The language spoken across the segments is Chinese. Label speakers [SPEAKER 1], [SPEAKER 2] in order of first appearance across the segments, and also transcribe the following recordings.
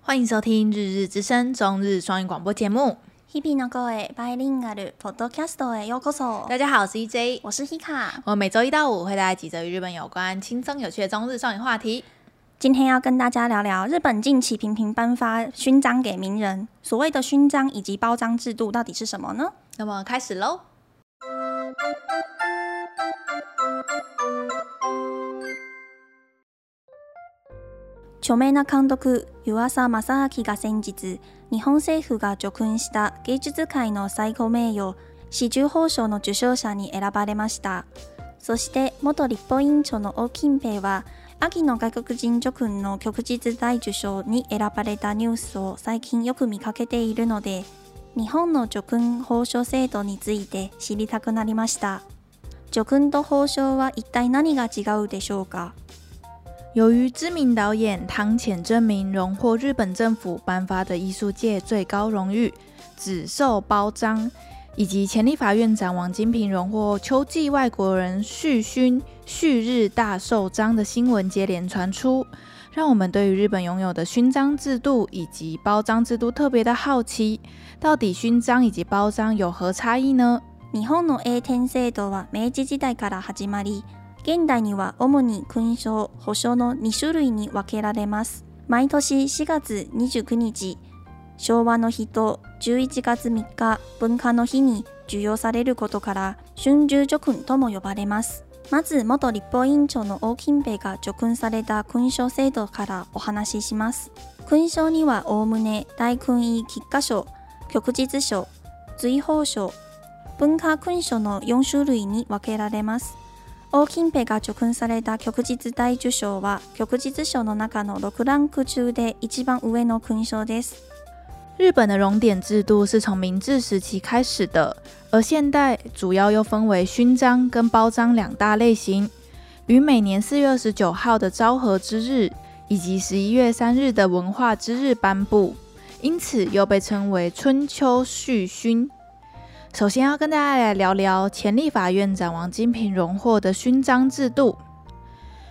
[SPEAKER 1] 欢迎收听《日日之声》中日双语广播节目。
[SPEAKER 2] 日々の声 Bilingual Podcast へようこそ。
[SPEAKER 1] 大家好，我是 EJ，
[SPEAKER 2] 我是 Hika，
[SPEAKER 1] 我每周一到五会带来几则与日本有关、轻松有趣的中日双语话题。
[SPEAKER 2] 今天要跟大家聊聊日本近期频频颁发勋章给名人，所谓的勋章以及包章制度到底是什么呢？
[SPEAKER 1] 那么开始喽。
[SPEAKER 2] 著名な監督湯浅正明が先日日本政府が叙勲した芸術界の最高名誉四重褒章の受賞者に選ばれましたそして元立法委員長の王金平は秋の外国人叙勲の旭日大受賞に選ばれたニュースを最近よく見かけているので日本の叙勲褒章制度について知りたくなりました叙勲と褒章は一体何が違うでしょうか
[SPEAKER 1] 由于知名导演汤浅证明荣获日本政府颁发的艺术界最高荣誉“紫绶包章”，以及前立法院长王金平荣获秋季外国人续勋旭日大寿章的新闻接连传出，让我们对于日本拥有的勋章制度以及包章制度特别的好奇，到底勋章以及包章有何差异呢？
[SPEAKER 2] 日本の栄転制度は明治時代から始まり現代には主に勲章保章の2種類に分けられます毎年4月29日昭和の日と11月3日文化の日に授与されることから春秋叙勲とも呼ばれますまず元立法委員長の王金平が叙勲された勲章制度からお話しします勲章にはおおむね大勲位菊花賞旭日賞随宝賞文化勲章の4種類に分けられます王金平が叙勲された旭日大受賞は旭日賞の中の6ランク中で一番上の勲章です
[SPEAKER 1] 日本的荣典制度是从明治时期开始的，而现代主要又分为勋章跟包章两大类型，于每年四月二十九号的昭和之日以及十一月三日的文化之日颁布，因此又被称为春秋续勋。首先要跟大家来聊聊前立法院长王金平荣获的勋章制度。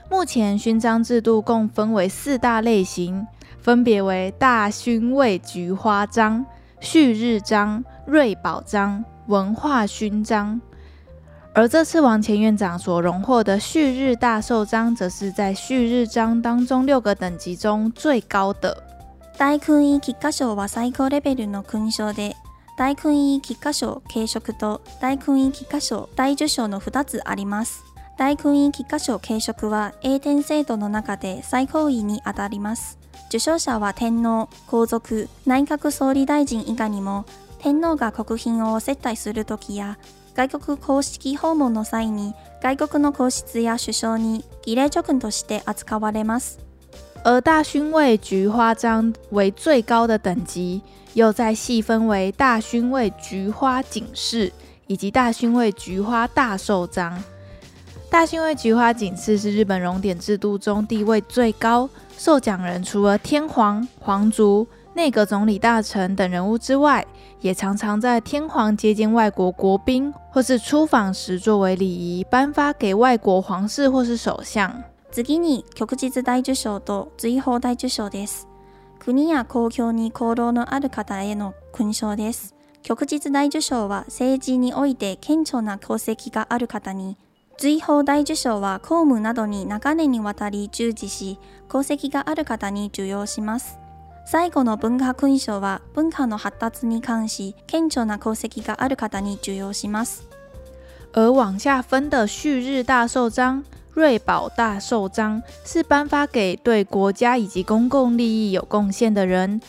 [SPEAKER 1] 目前勋章制度共分为四大类型，分别为大勋位菊花章、旭日章、瑞宝章、文化勋章。而这次王前院长所荣获的旭日大寿章，则是在旭日章当中六个等级中最高的。
[SPEAKER 2] 大勲位菊花賞は最高レベルの勲章で大勲位菊花賞軽食と大勲位菊花賞大受賞の2つあります大勲位菊花賞軽食は A 点制度の中で最高位にあたります受賞者は天皇皇族内閣総理大臣以外にも天皇が国賓を接待する時や外国公式訪問の際に外国の皇室や首相に儀礼諸君として扱われます
[SPEAKER 1] 而大勋位菊花章为最高的等级，又再细分为大勋位菊花警示以及大勋位菊花大寿章。大勋位菊花警示是日本荣典制度中地位最高，授奖人除了天皇、皇族、内阁总理大臣等人物之外，也常常在天皇接见外国国宾或是出访时作为礼仪颁发给外国皇室或是首相。
[SPEAKER 2] 次に旭日大受賞と随宝大受賞です国や公共に功労のある方への勲章です旭日大受賞は政治において顕著な功績がある方に随宝大受賞は公務などに長年にわたり従事し功績がある方に授与します最後の文化勲章は文化の発達に関し顕著な功績がある方に授与します
[SPEAKER 1] 而往下分的旭日大寿章、瑞宝大寿章是颁发给对国家以及公共利益有贡献的人。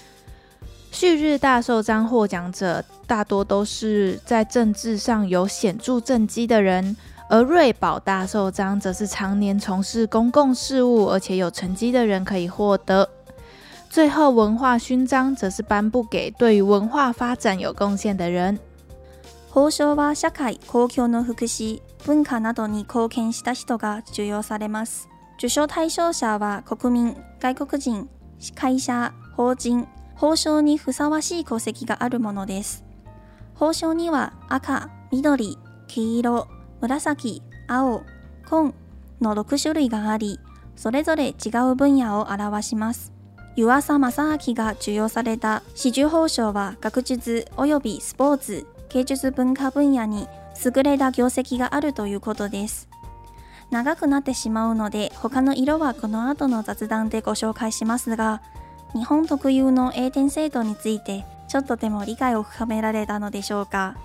[SPEAKER 1] 旭日大寿章获奖者大多都是在政治上有显著政绩的人，而瑞宝大寿章则是常年从事公共事务而且有成绩的人可以获得。最后，文化勋章则是颁布给对于文化发展有贡献的人。
[SPEAKER 2] 褒章は社会公共の福祉文化などに貢献した人が授与されます受賞対象者は国民外国人会社法人褒章にふさわしい功績があるものです褒章には赤緑黄色紫青紺の6種類がありそれぞれ違う分野を表します湯浅正明が授与された紫綬褒章は学術及びスポーツ、芸術文化分野に優れた業績があるということです。長くなってしまうので他の色はこの後の雑談でご紹介しますが、日本特有の A 点制度についてちょっとでも理解を深められたのでしょうか。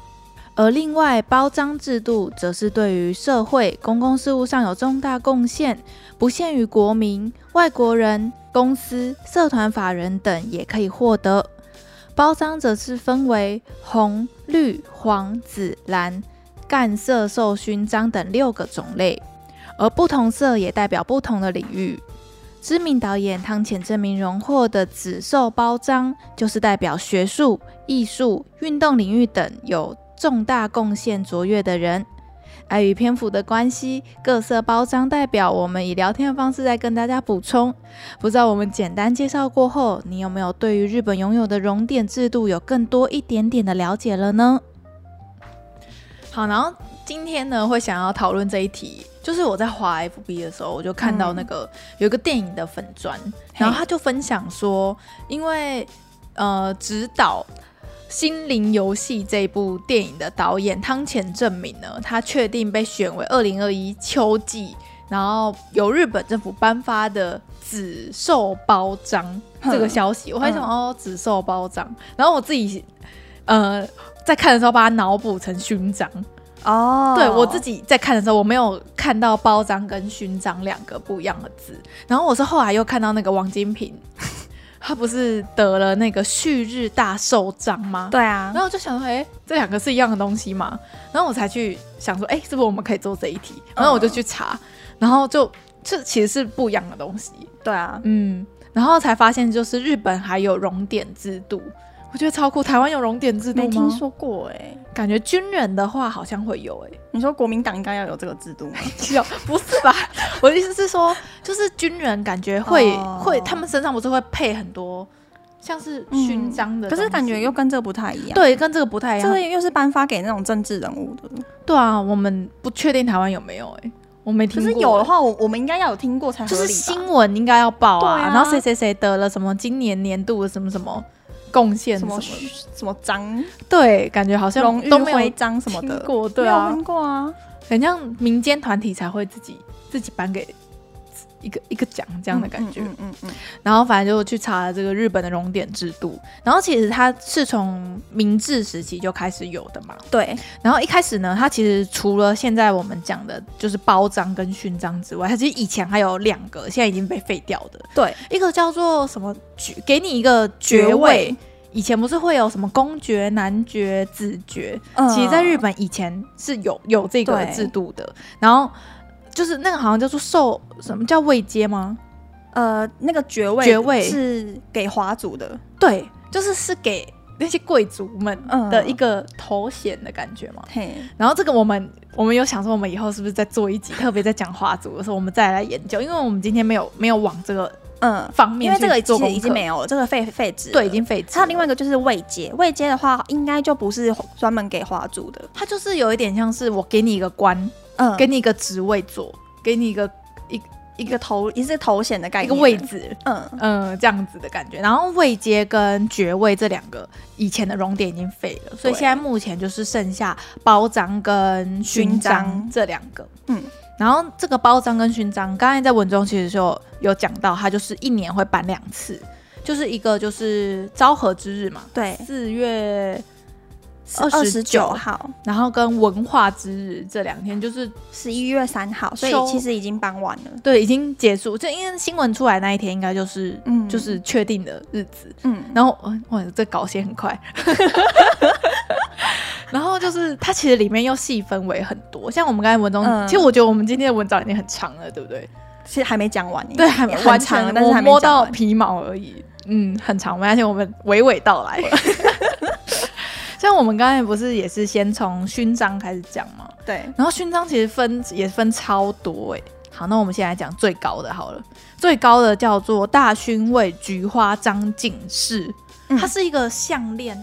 [SPEAKER 1] 而另外，包章制度则是对于社会公共事务上有重大贡献，不限于国民、外国人、公司、社团法人等也可以获得。包章则是分为红、绿、黄、紫、蓝、干色授勋章等六个种类，而不同色也代表不同的领域。知名导演汤浅证明荣获的紫绶包章，就是代表学术、艺术、运动领域等有重大贡献卓越的人。碍于篇幅的关系，各色包章代表我们以聊天的方式再跟大家补充。不知道我们简单介绍过后，你有没有对于日本拥有的熔点制度有更多一点点的了解了呢？好，然后今天呢会想要讨论这一题。就是我在滑 FB 的时候，我就看到那个、有一个电影的粉砖，然后他就分享说，因为呃指导《心灵游戏》这部电影的导演汤浅证明呢，他确定被选为二零二一秋季，然后由日本政府颁发的紫绶包章这个消息，我还想、哦紫绶包章，然后我自己呃在看的时候把它脑补成勋章。
[SPEAKER 2] 哦
[SPEAKER 1] 对我自己在看的时候，我没有看到包章跟勋章两个不一样的字，然后我是后来又看到那个王金平， 他不是得了那个旭日大寿章吗？
[SPEAKER 2] 对啊
[SPEAKER 1] 然，后我就想说，哎、这两个是一样的东西嘛？然后我才去想说，哎、是不是我们可以做这一题？然后我
[SPEAKER 2] 嗯
[SPEAKER 1] 就去查，然后就这其实是不一样的东西，
[SPEAKER 2] 对啊，
[SPEAKER 1] 嗯，然后才发现就是日本还有熔点制度，我觉得超酷。台湾有熔点制度吗？
[SPEAKER 2] 没听，说过哎、
[SPEAKER 1] 感觉军人的话好像会有、哎。
[SPEAKER 2] 你说国民党应该要有这个制度吗？
[SPEAKER 1] 有不是吧？ 我的意思是说，就是军人感觉会、
[SPEAKER 2] 哦
[SPEAKER 1] 会，他们身上不是会配很多像是勋章的
[SPEAKER 2] 嗯可
[SPEAKER 1] 东西、
[SPEAKER 2] 是感觉又跟这不太一样。，
[SPEAKER 1] 对，跟这个不太一
[SPEAKER 2] 这
[SPEAKER 1] 样。
[SPEAKER 2] 个又是颁发给那种政治人物的。
[SPEAKER 1] 对啊，我们不确定台湾有没有哎、我没听
[SPEAKER 2] 可
[SPEAKER 1] 过、
[SPEAKER 2] 是有的，话，我我们应该要有听过才合
[SPEAKER 1] 就
[SPEAKER 2] 理吧。
[SPEAKER 1] 是新闻应该要报啊，
[SPEAKER 2] 对啊
[SPEAKER 1] 然后谁谁谁得了什么今年年度的什么什么贡献
[SPEAKER 2] 什
[SPEAKER 1] 么
[SPEAKER 2] 么
[SPEAKER 1] 的
[SPEAKER 2] 什么章、
[SPEAKER 1] 对，感觉好像
[SPEAKER 2] 荣誉
[SPEAKER 1] 都没
[SPEAKER 2] 徽
[SPEAKER 1] 有
[SPEAKER 2] 章什么的
[SPEAKER 1] 听，过，对啊
[SPEAKER 2] 没有，听过啊。
[SPEAKER 1] 很像民间团体才会自己自己颁给一个一个奖这
[SPEAKER 2] 这
[SPEAKER 1] 样的感觉。
[SPEAKER 2] 嗯嗯嗯
[SPEAKER 1] 然后反正就去查了这个日本的熔点制度，然后其实它是从明治时期就开始有的嘛。
[SPEAKER 2] 对，
[SPEAKER 1] 然后一开始呢，它其实除了现在我们讲的就是包章跟勋章之外，它其实以前还有两个，现在已经被废掉的。
[SPEAKER 2] 对，
[SPEAKER 1] 一个叫做什么爵，给你一个爵位，
[SPEAKER 2] 爵位
[SPEAKER 1] 以前不是会有什么公爵、男爵、子爵，
[SPEAKER 2] 嗯
[SPEAKER 1] 其实在日本以前是有有这个
[SPEAKER 2] 对
[SPEAKER 1] 制度的。然后就是那个好像叫做受什么叫位阶吗？
[SPEAKER 2] 呃，那个爵位
[SPEAKER 1] 爵位
[SPEAKER 2] 是给华族的，
[SPEAKER 1] 对，就是是给那些贵族们
[SPEAKER 2] 嗯
[SPEAKER 1] 的一个头衔的感觉嘛。
[SPEAKER 2] 嘿，
[SPEAKER 1] 然后这个我们我们有想说，我们以后是不是再做一集，特别在讲华族的时候，我们再来研究，因为我们今天没有没有往这个
[SPEAKER 2] 嗯，
[SPEAKER 1] 方面
[SPEAKER 2] 因为这个
[SPEAKER 1] 去做
[SPEAKER 2] 其
[SPEAKER 1] 功
[SPEAKER 2] 实
[SPEAKER 1] 课
[SPEAKER 2] 已经没有了，这个废废止了，
[SPEAKER 1] 对已经废止
[SPEAKER 2] 还
[SPEAKER 1] 了。
[SPEAKER 2] 有另外一个就是位阶，位阶的话应该就不是专门给华族的，
[SPEAKER 1] 它就是有一点像是我给你一个官，
[SPEAKER 2] 嗯，
[SPEAKER 1] 给你一个职位做，给你一个一
[SPEAKER 2] 一个头也是头衔的概
[SPEAKER 1] 一
[SPEAKER 2] 念，
[SPEAKER 1] 个位，置，
[SPEAKER 2] 嗯，
[SPEAKER 1] 嗯，这样子的感觉。然后位阶跟爵位这两个以前的熔点已经废了，所以
[SPEAKER 2] 对
[SPEAKER 1] 现在目前就是剩下包章跟勋
[SPEAKER 2] 勋
[SPEAKER 1] 章
[SPEAKER 2] 章
[SPEAKER 1] 这两个。
[SPEAKER 2] 嗯，
[SPEAKER 1] 然后这个包章跟勋章，刚才在文中其实就有有讲到，它就是一年会颁两次，就是一个就是昭和之日嘛，
[SPEAKER 2] 对，
[SPEAKER 1] 四月。
[SPEAKER 2] 二十九
[SPEAKER 1] 29，
[SPEAKER 2] 号，
[SPEAKER 1] 然后跟文化之日这两天就是
[SPEAKER 2] 十一月三号，所
[SPEAKER 1] 秋
[SPEAKER 2] 以其实已经搬完了，
[SPEAKER 1] 对已经结束，就因为新闻出来那一天应该就是、
[SPEAKER 2] 嗯
[SPEAKER 1] 就是确定的日子，
[SPEAKER 2] 嗯，
[SPEAKER 1] 然后呃哇，这搞些很 快。然后就是它其实里面又细分为很多，像我们刚才文中，
[SPEAKER 2] 嗯
[SPEAKER 1] 其实我觉得我们今天的文章已经很长了，对不对？
[SPEAKER 2] 其实还没讲完呢，
[SPEAKER 1] 对，还
[SPEAKER 2] 也
[SPEAKER 1] 完
[SPEAKER 2] 很
[SPEAKER 1] 全
[SPEAKER 2] 长，但是
[SPEAKER 1] 我
[SPEAKER 2] 还没
[SPEAKER 1] 摸
[SPEAKER 2] 讲
[SPEAKER 1] 到
[SPEAKER 2] 完
[SPEAKER 1] 皮毛而已。嗯，很长，而且我们娓娓道来。 像我们刚才不是也是先从勋章开始讲吗？
[SPEAKER 2] 对，
[SPEAKER 1] 然后勋章其实分也分超多哎、好，那我们先来讲最高的好了。最高的叫做大勋位菊花章进士，
[SPEAKER 2] 嗯
[SPEAKER 1] 它是一个项链，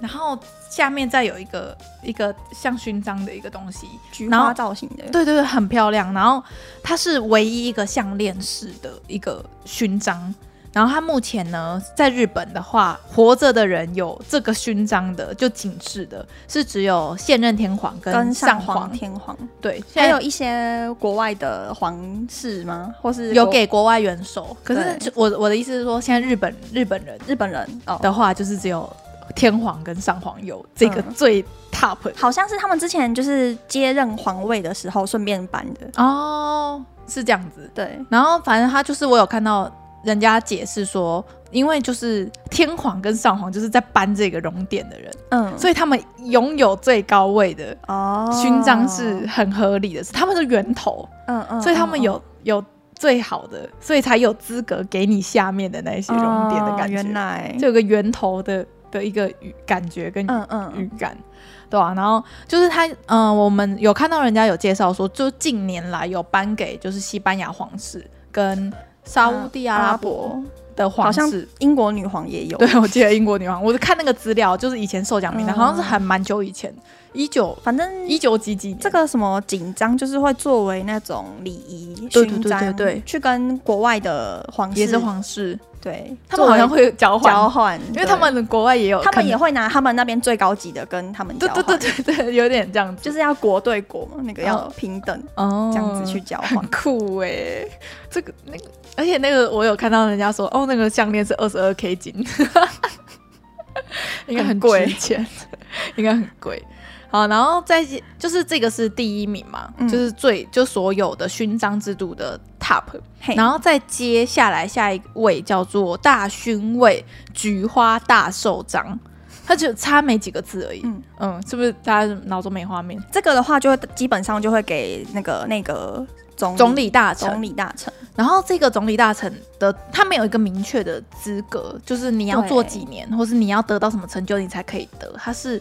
[SPEAKER 1] 然后下面再有一个一个像勋章的一个东西。
[SPEAKER 2] 菊
[SPEAKER 1] 然后
[SPEAKER 2] 花造型的，
[SPEAKER 1] 对对对，很漂亮。然后它是唯一一个项链式的一个勋章，然后他目前呢，在日本的话，活着的人有这个勋章的，就警示的是只有现任天皇
[SPEAKER 2] 跟
[SPEAKER 1] 跟
[SPEAKER 2] 上
[SPEAKER 1] 上
[SPEAKER 2] 皇
[SPEAKER 1] 皇。
[SPEAKER 2] 天皇，
[SPEAKER 1] 对，
[SPEAKER 3] 还
[SPEAKER 1] 现在
[SPEAKER 3] 有一些国外的皇室吗？或是
[SPEAKER 1] 有
[SPEAKER 3] 国
[SPEAKER 1] 给国外元首，可是
[SPEAKER 3] 对
[SPEAKER 1] 就我我的意思是说，现在日本日本人
[SPEAKER 3] 日本人哦？
[SPEAKER 1] 的话，就是只有天皇跟上皇有这个
[SPEAKER 3] 嗯
[SPEAKER 1] 最 top 的
[SPEAKER 2] 好像是他们之前就是接任皇位的时候顺便颁的。
[SPEAKER 1] 哦，是这样子。
[SPEAKER 3] 对，
[SPEAKER 1] 然后反正他就是我有看到人家解释说，因为就是天皇跟上皇就是在颁这个熔点的人，
[SPEAKER 2] 嗯，
[SPEAKER 1] 所以他们拥有最高位的
[SPEAKER 2] 哦，
[SPEAKER 1] 勋章是很合理的，是他们是源头，
[SPEAKER 2] 嗯嗯，
[SPEAKER 1] 所以他们
[SPEAKER 2] 嗯
[SPEAKER 1] 有有最好的，所以才有资格给你下面的那些熔点的
[SPEAKER 2] 哦
[SPEAKER 1] 感觉，
[SPEAKER 2] 原来，
[SPEAKER 1] 就有个源头的的一个语感觉跟
[SPEAKER 2] 嗯
[SPEAKER 1] 语
[SPEAKER 2] 嗯
[SPEAKER 1] 感，对啊，然后就是他，嗯、我们有看到人家有介绍说，就近年来有颁给就是西班牙皇室跟沙乌地阿拉伯的
[SPEAKER 2] 好
[SPEAKER 1] 皇
[SPEAKER 2] 像
[SPEAKER 1] 室。
[SPEAKER 2] 英国女皇也有，
[SPEAKER 1] 对，我记得英国女皇，我是看那个资料，就是以前授奖名单，
[SPEAKER 2] 嗯
[SPEAKER 1] 好像是还蛮久以前，一九
[SPEAKER 2] 反正
[SPEAKER 1] 一九几几年。
[SPEAKER 2] 这个什么紧张，就是会作为那种礼仪
[SPEAKER 1] 对对
[SPEAKER 2] 勋
[SPEAKER 1] 对
[SPEAKER 2] 章，
[SPEAKER 1] 对对
[SPEAKER 2] 去跟国外的皇室
[SPEAKER 1] 也是皇室，
[SPEAKER 2] 对，
[SPEAKER 1] 他们好像
[SPEAKER 2] 作为
[SPEAKER 1] 会交换，
[SPEAKER 2] 交换，
[SPEAKER 1] 因为
[SPEAKER 2] 对
[SPEAKER 1] 他们国外也有，
[SPEAKER 2] 他们也
[SPEAKER 1] 会，
[SPEAKER 2] 会拿他们那边最高级的跟他们交
[SPEAKER 1] 对
[SPEAKER 2] 换，
[SPEAKER 1] 对对对对，有点这样子，
[SPEAKER 2] 就是是要国对国嘛，那个要
[SPEAKER 1] 哦
[SPEAKER 2] 平等、
[SPEAKER 1] 哦
[SPEAKER 2] 这样子去交换
[SPEAKER 1] 很。酷哎、这个那个，而且那个我有看到人家说，哦，那个项链是二十二 K 金， 应该很
[SPEAKER 2] 很贵
[SPEAKER 1] 值钱，应该很贵。好，然后再就是这个是第一名嘛，
[SPEAKER 2] 嗯
[SPEAKER 1] 就是最就所有的勋章制度的 top，
[SPEAKER 2] 嘿
[SPEAKER 1] 然后再接下来下一位叫做大勋位菊花大寿章，它就差没几个字而已。嗯
[SPEAKER 2] 嗯
[SPEAKER 1] 是不是大家脑中没画面？
[SPEAKER 2] 这个的话，就会基本上就会给那个那个总
[SPEAKER 1] 总理大臣
[SPEAKER 2] 总，理大臣，
[SPEAKER 1] 然后这个总理大臣的他没有一个明确的资格，就是你要做几年，或是你要得到什么成就，你才可以得。他是，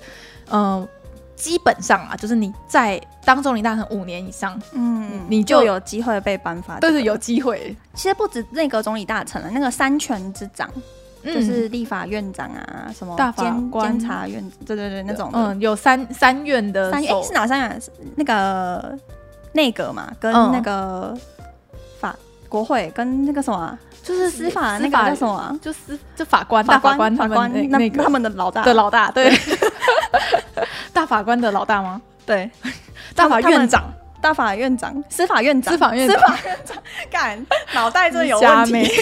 [SPEAKER 1] 嗯、基本上啊，就是你在当总理大臣五年以上，
[SPEAKER 2] 嗯，
[SPEAKER 1] 你就
[SPEAKER 2] 就有机会被颁发。
[SPEAKER 1] 对对，有，机会，
[SPEAKER 2] 其实不止那个总理大臣了，那个三权之长，
[SPEAKER 1] 嗯
[SPEAKER 2] 就是立法院长啊，什么
[SPEAKER 1] 大法
[SPEAKER 2] 监
[SPEAKER 1] 官
[SPEAKER 2] 监察院，对对对，那种的。
[SPEAKER 1] 嗯，有三三院的
[SPEAKER 2] 三院
[SPEAKER 1] 首
[SPEAKER 2] 诶是哪三啊院？是那个内阁嘛，跟
[SPEAKER 1] 嗯
[SPEAKER 2] 那个法国会，跟那个什么啊
[SPEAKER 1] 就是
[SPEAKER 2] 司法
[SPEAKER 1] 司
[SPEAKER 2] 那个叫什么啊？
[SPEAKER 1] 就司就法官大法官他们那
[SPEAKER 2] 那
[SPEAKER 1] 那
[SPEAKER 2] 他
[SPEAKER 1] 个
[SPEAKER 2] 们的老大
[SPEAKER 1] 的老 大，对， 大法官的老大吗？
[SPEAKER 2] 对
[SPEAKER 1] 大
[SPEAKER 2] 他
[SPEAKER 1] 法
[SPEAKER 2] 们
[SPEAKER 1] 院长，
[SPEAKER 2] 大法院长、司法院长、
[SPEAKER 1] 司法院长
[SPEAKER 2] 司法院长，干脑袋真的有
[SPEAKER 1] 加
[SPEAKER 2] 问
[SPEAKER 1] 妹
[SPEAKER 2] 题。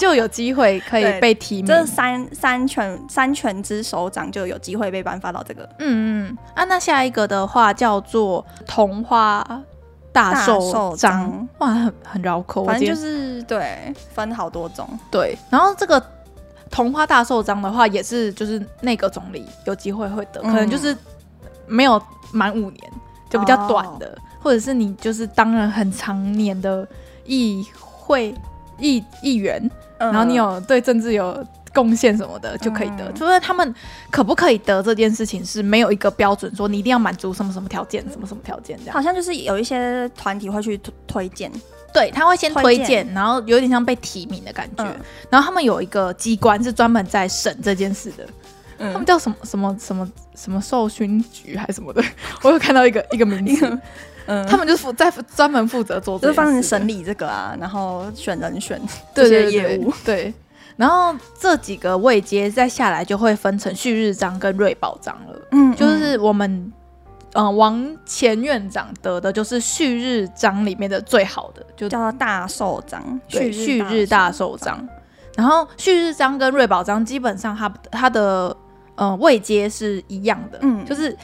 [SPEAKER 1] 就有机会可以
[SPEAKER 2] 对
[SPEAKER 1] 被提名，
[SPEAKER 2] 这三三权三权之首长就有机会被颁发到这个
[SPEAKER 1] 嗯嗯啊，那下一个的话叫做同花大寿
[SPEAKER 2] 寿
[SPEAKER 1] 章，哇，很很绕口，
[SPEAKER 2] 反正就是是对分好多种，
[SPEAKER 1] 对。然后这个同花大寿章的话，也是就是那个总理有机会会得，可能
[SPEAKER 2] 嗯
[SPEAKER 1] 就是没有满五年，就比较短的，或者是你就是当了很长年的议会议议员，
[SPEAKER 2] 然
[SPEAKER 1] 然后你有对政治有贡献什么的就可以得。
[SPEAKER 2] 嗯
[SPEAKER 1] 就是他们可不可以得这件事情是没有一个标准，说你一定要满足什么什么条件，什么什么条件这样。
[SPEAKER 2] 好像就是有一些团体会去推推荐，
[SPEAKER 1] 对，他会先推
[SPEAKER 2] 推
[SPEAKER 1] 荐，
[SPEAKER 2] 荐
[SPEAKER 1] 然后有点像被提名的感觉。
[SPEAKER 2] 嗯
[SPEAKER 1] 然后他们有一个机关是专门在审这件事的，他们
[SPEAKER 2] 嗯，
[SPEAKER 1] 叫什么什么什么什么授勋局还是什么的， 我有看到一个一个名字，
[SPEAKER 2] 嗯
[SPEAKER 1] 他们就是负在专门负责做
[SPEAKER 2] 就
[SPEAKER 1] 这件
[SPEAKER 2] 是
[SPEAKER 1] 事
[SPEAKER 2] 帮
[SPEAKER 1] 的
[SPEAKER 2] 人审理这个啊，然后选人选
[SPEAKER 1] 对
[SPEAKER 2] 这
[SPEAKER 1] 对
[SPEAKER 2] 些
[SPEAKER 1] 对
[SPEAKER 2] 业
[SPEAKER 1] 对
[SPEAKER 2] 务，
[SPEAKER 1] 对。然后这几个位阶再下来就会分成旭日章跟瑞宝章了。
[SPEAKER 2] 嗯
[SPEAKER 1] 就是我们，嗯、王前院长得的就是旭日章里面的最好的，就
[SPEAKER 2] 叫做大寿章，
[SPEAKER 1] 对旭日
[SPEAKER 2] 日
[SPEAKER 1] 大
[SPEAKER 2] 寿
[SPEAKER 1] 寿章。然后旭日章跟瑞宝章基本上它它的呃位阶是一样的，
[SPEAKER 2] 嗯
[SPEAKER 1] 就是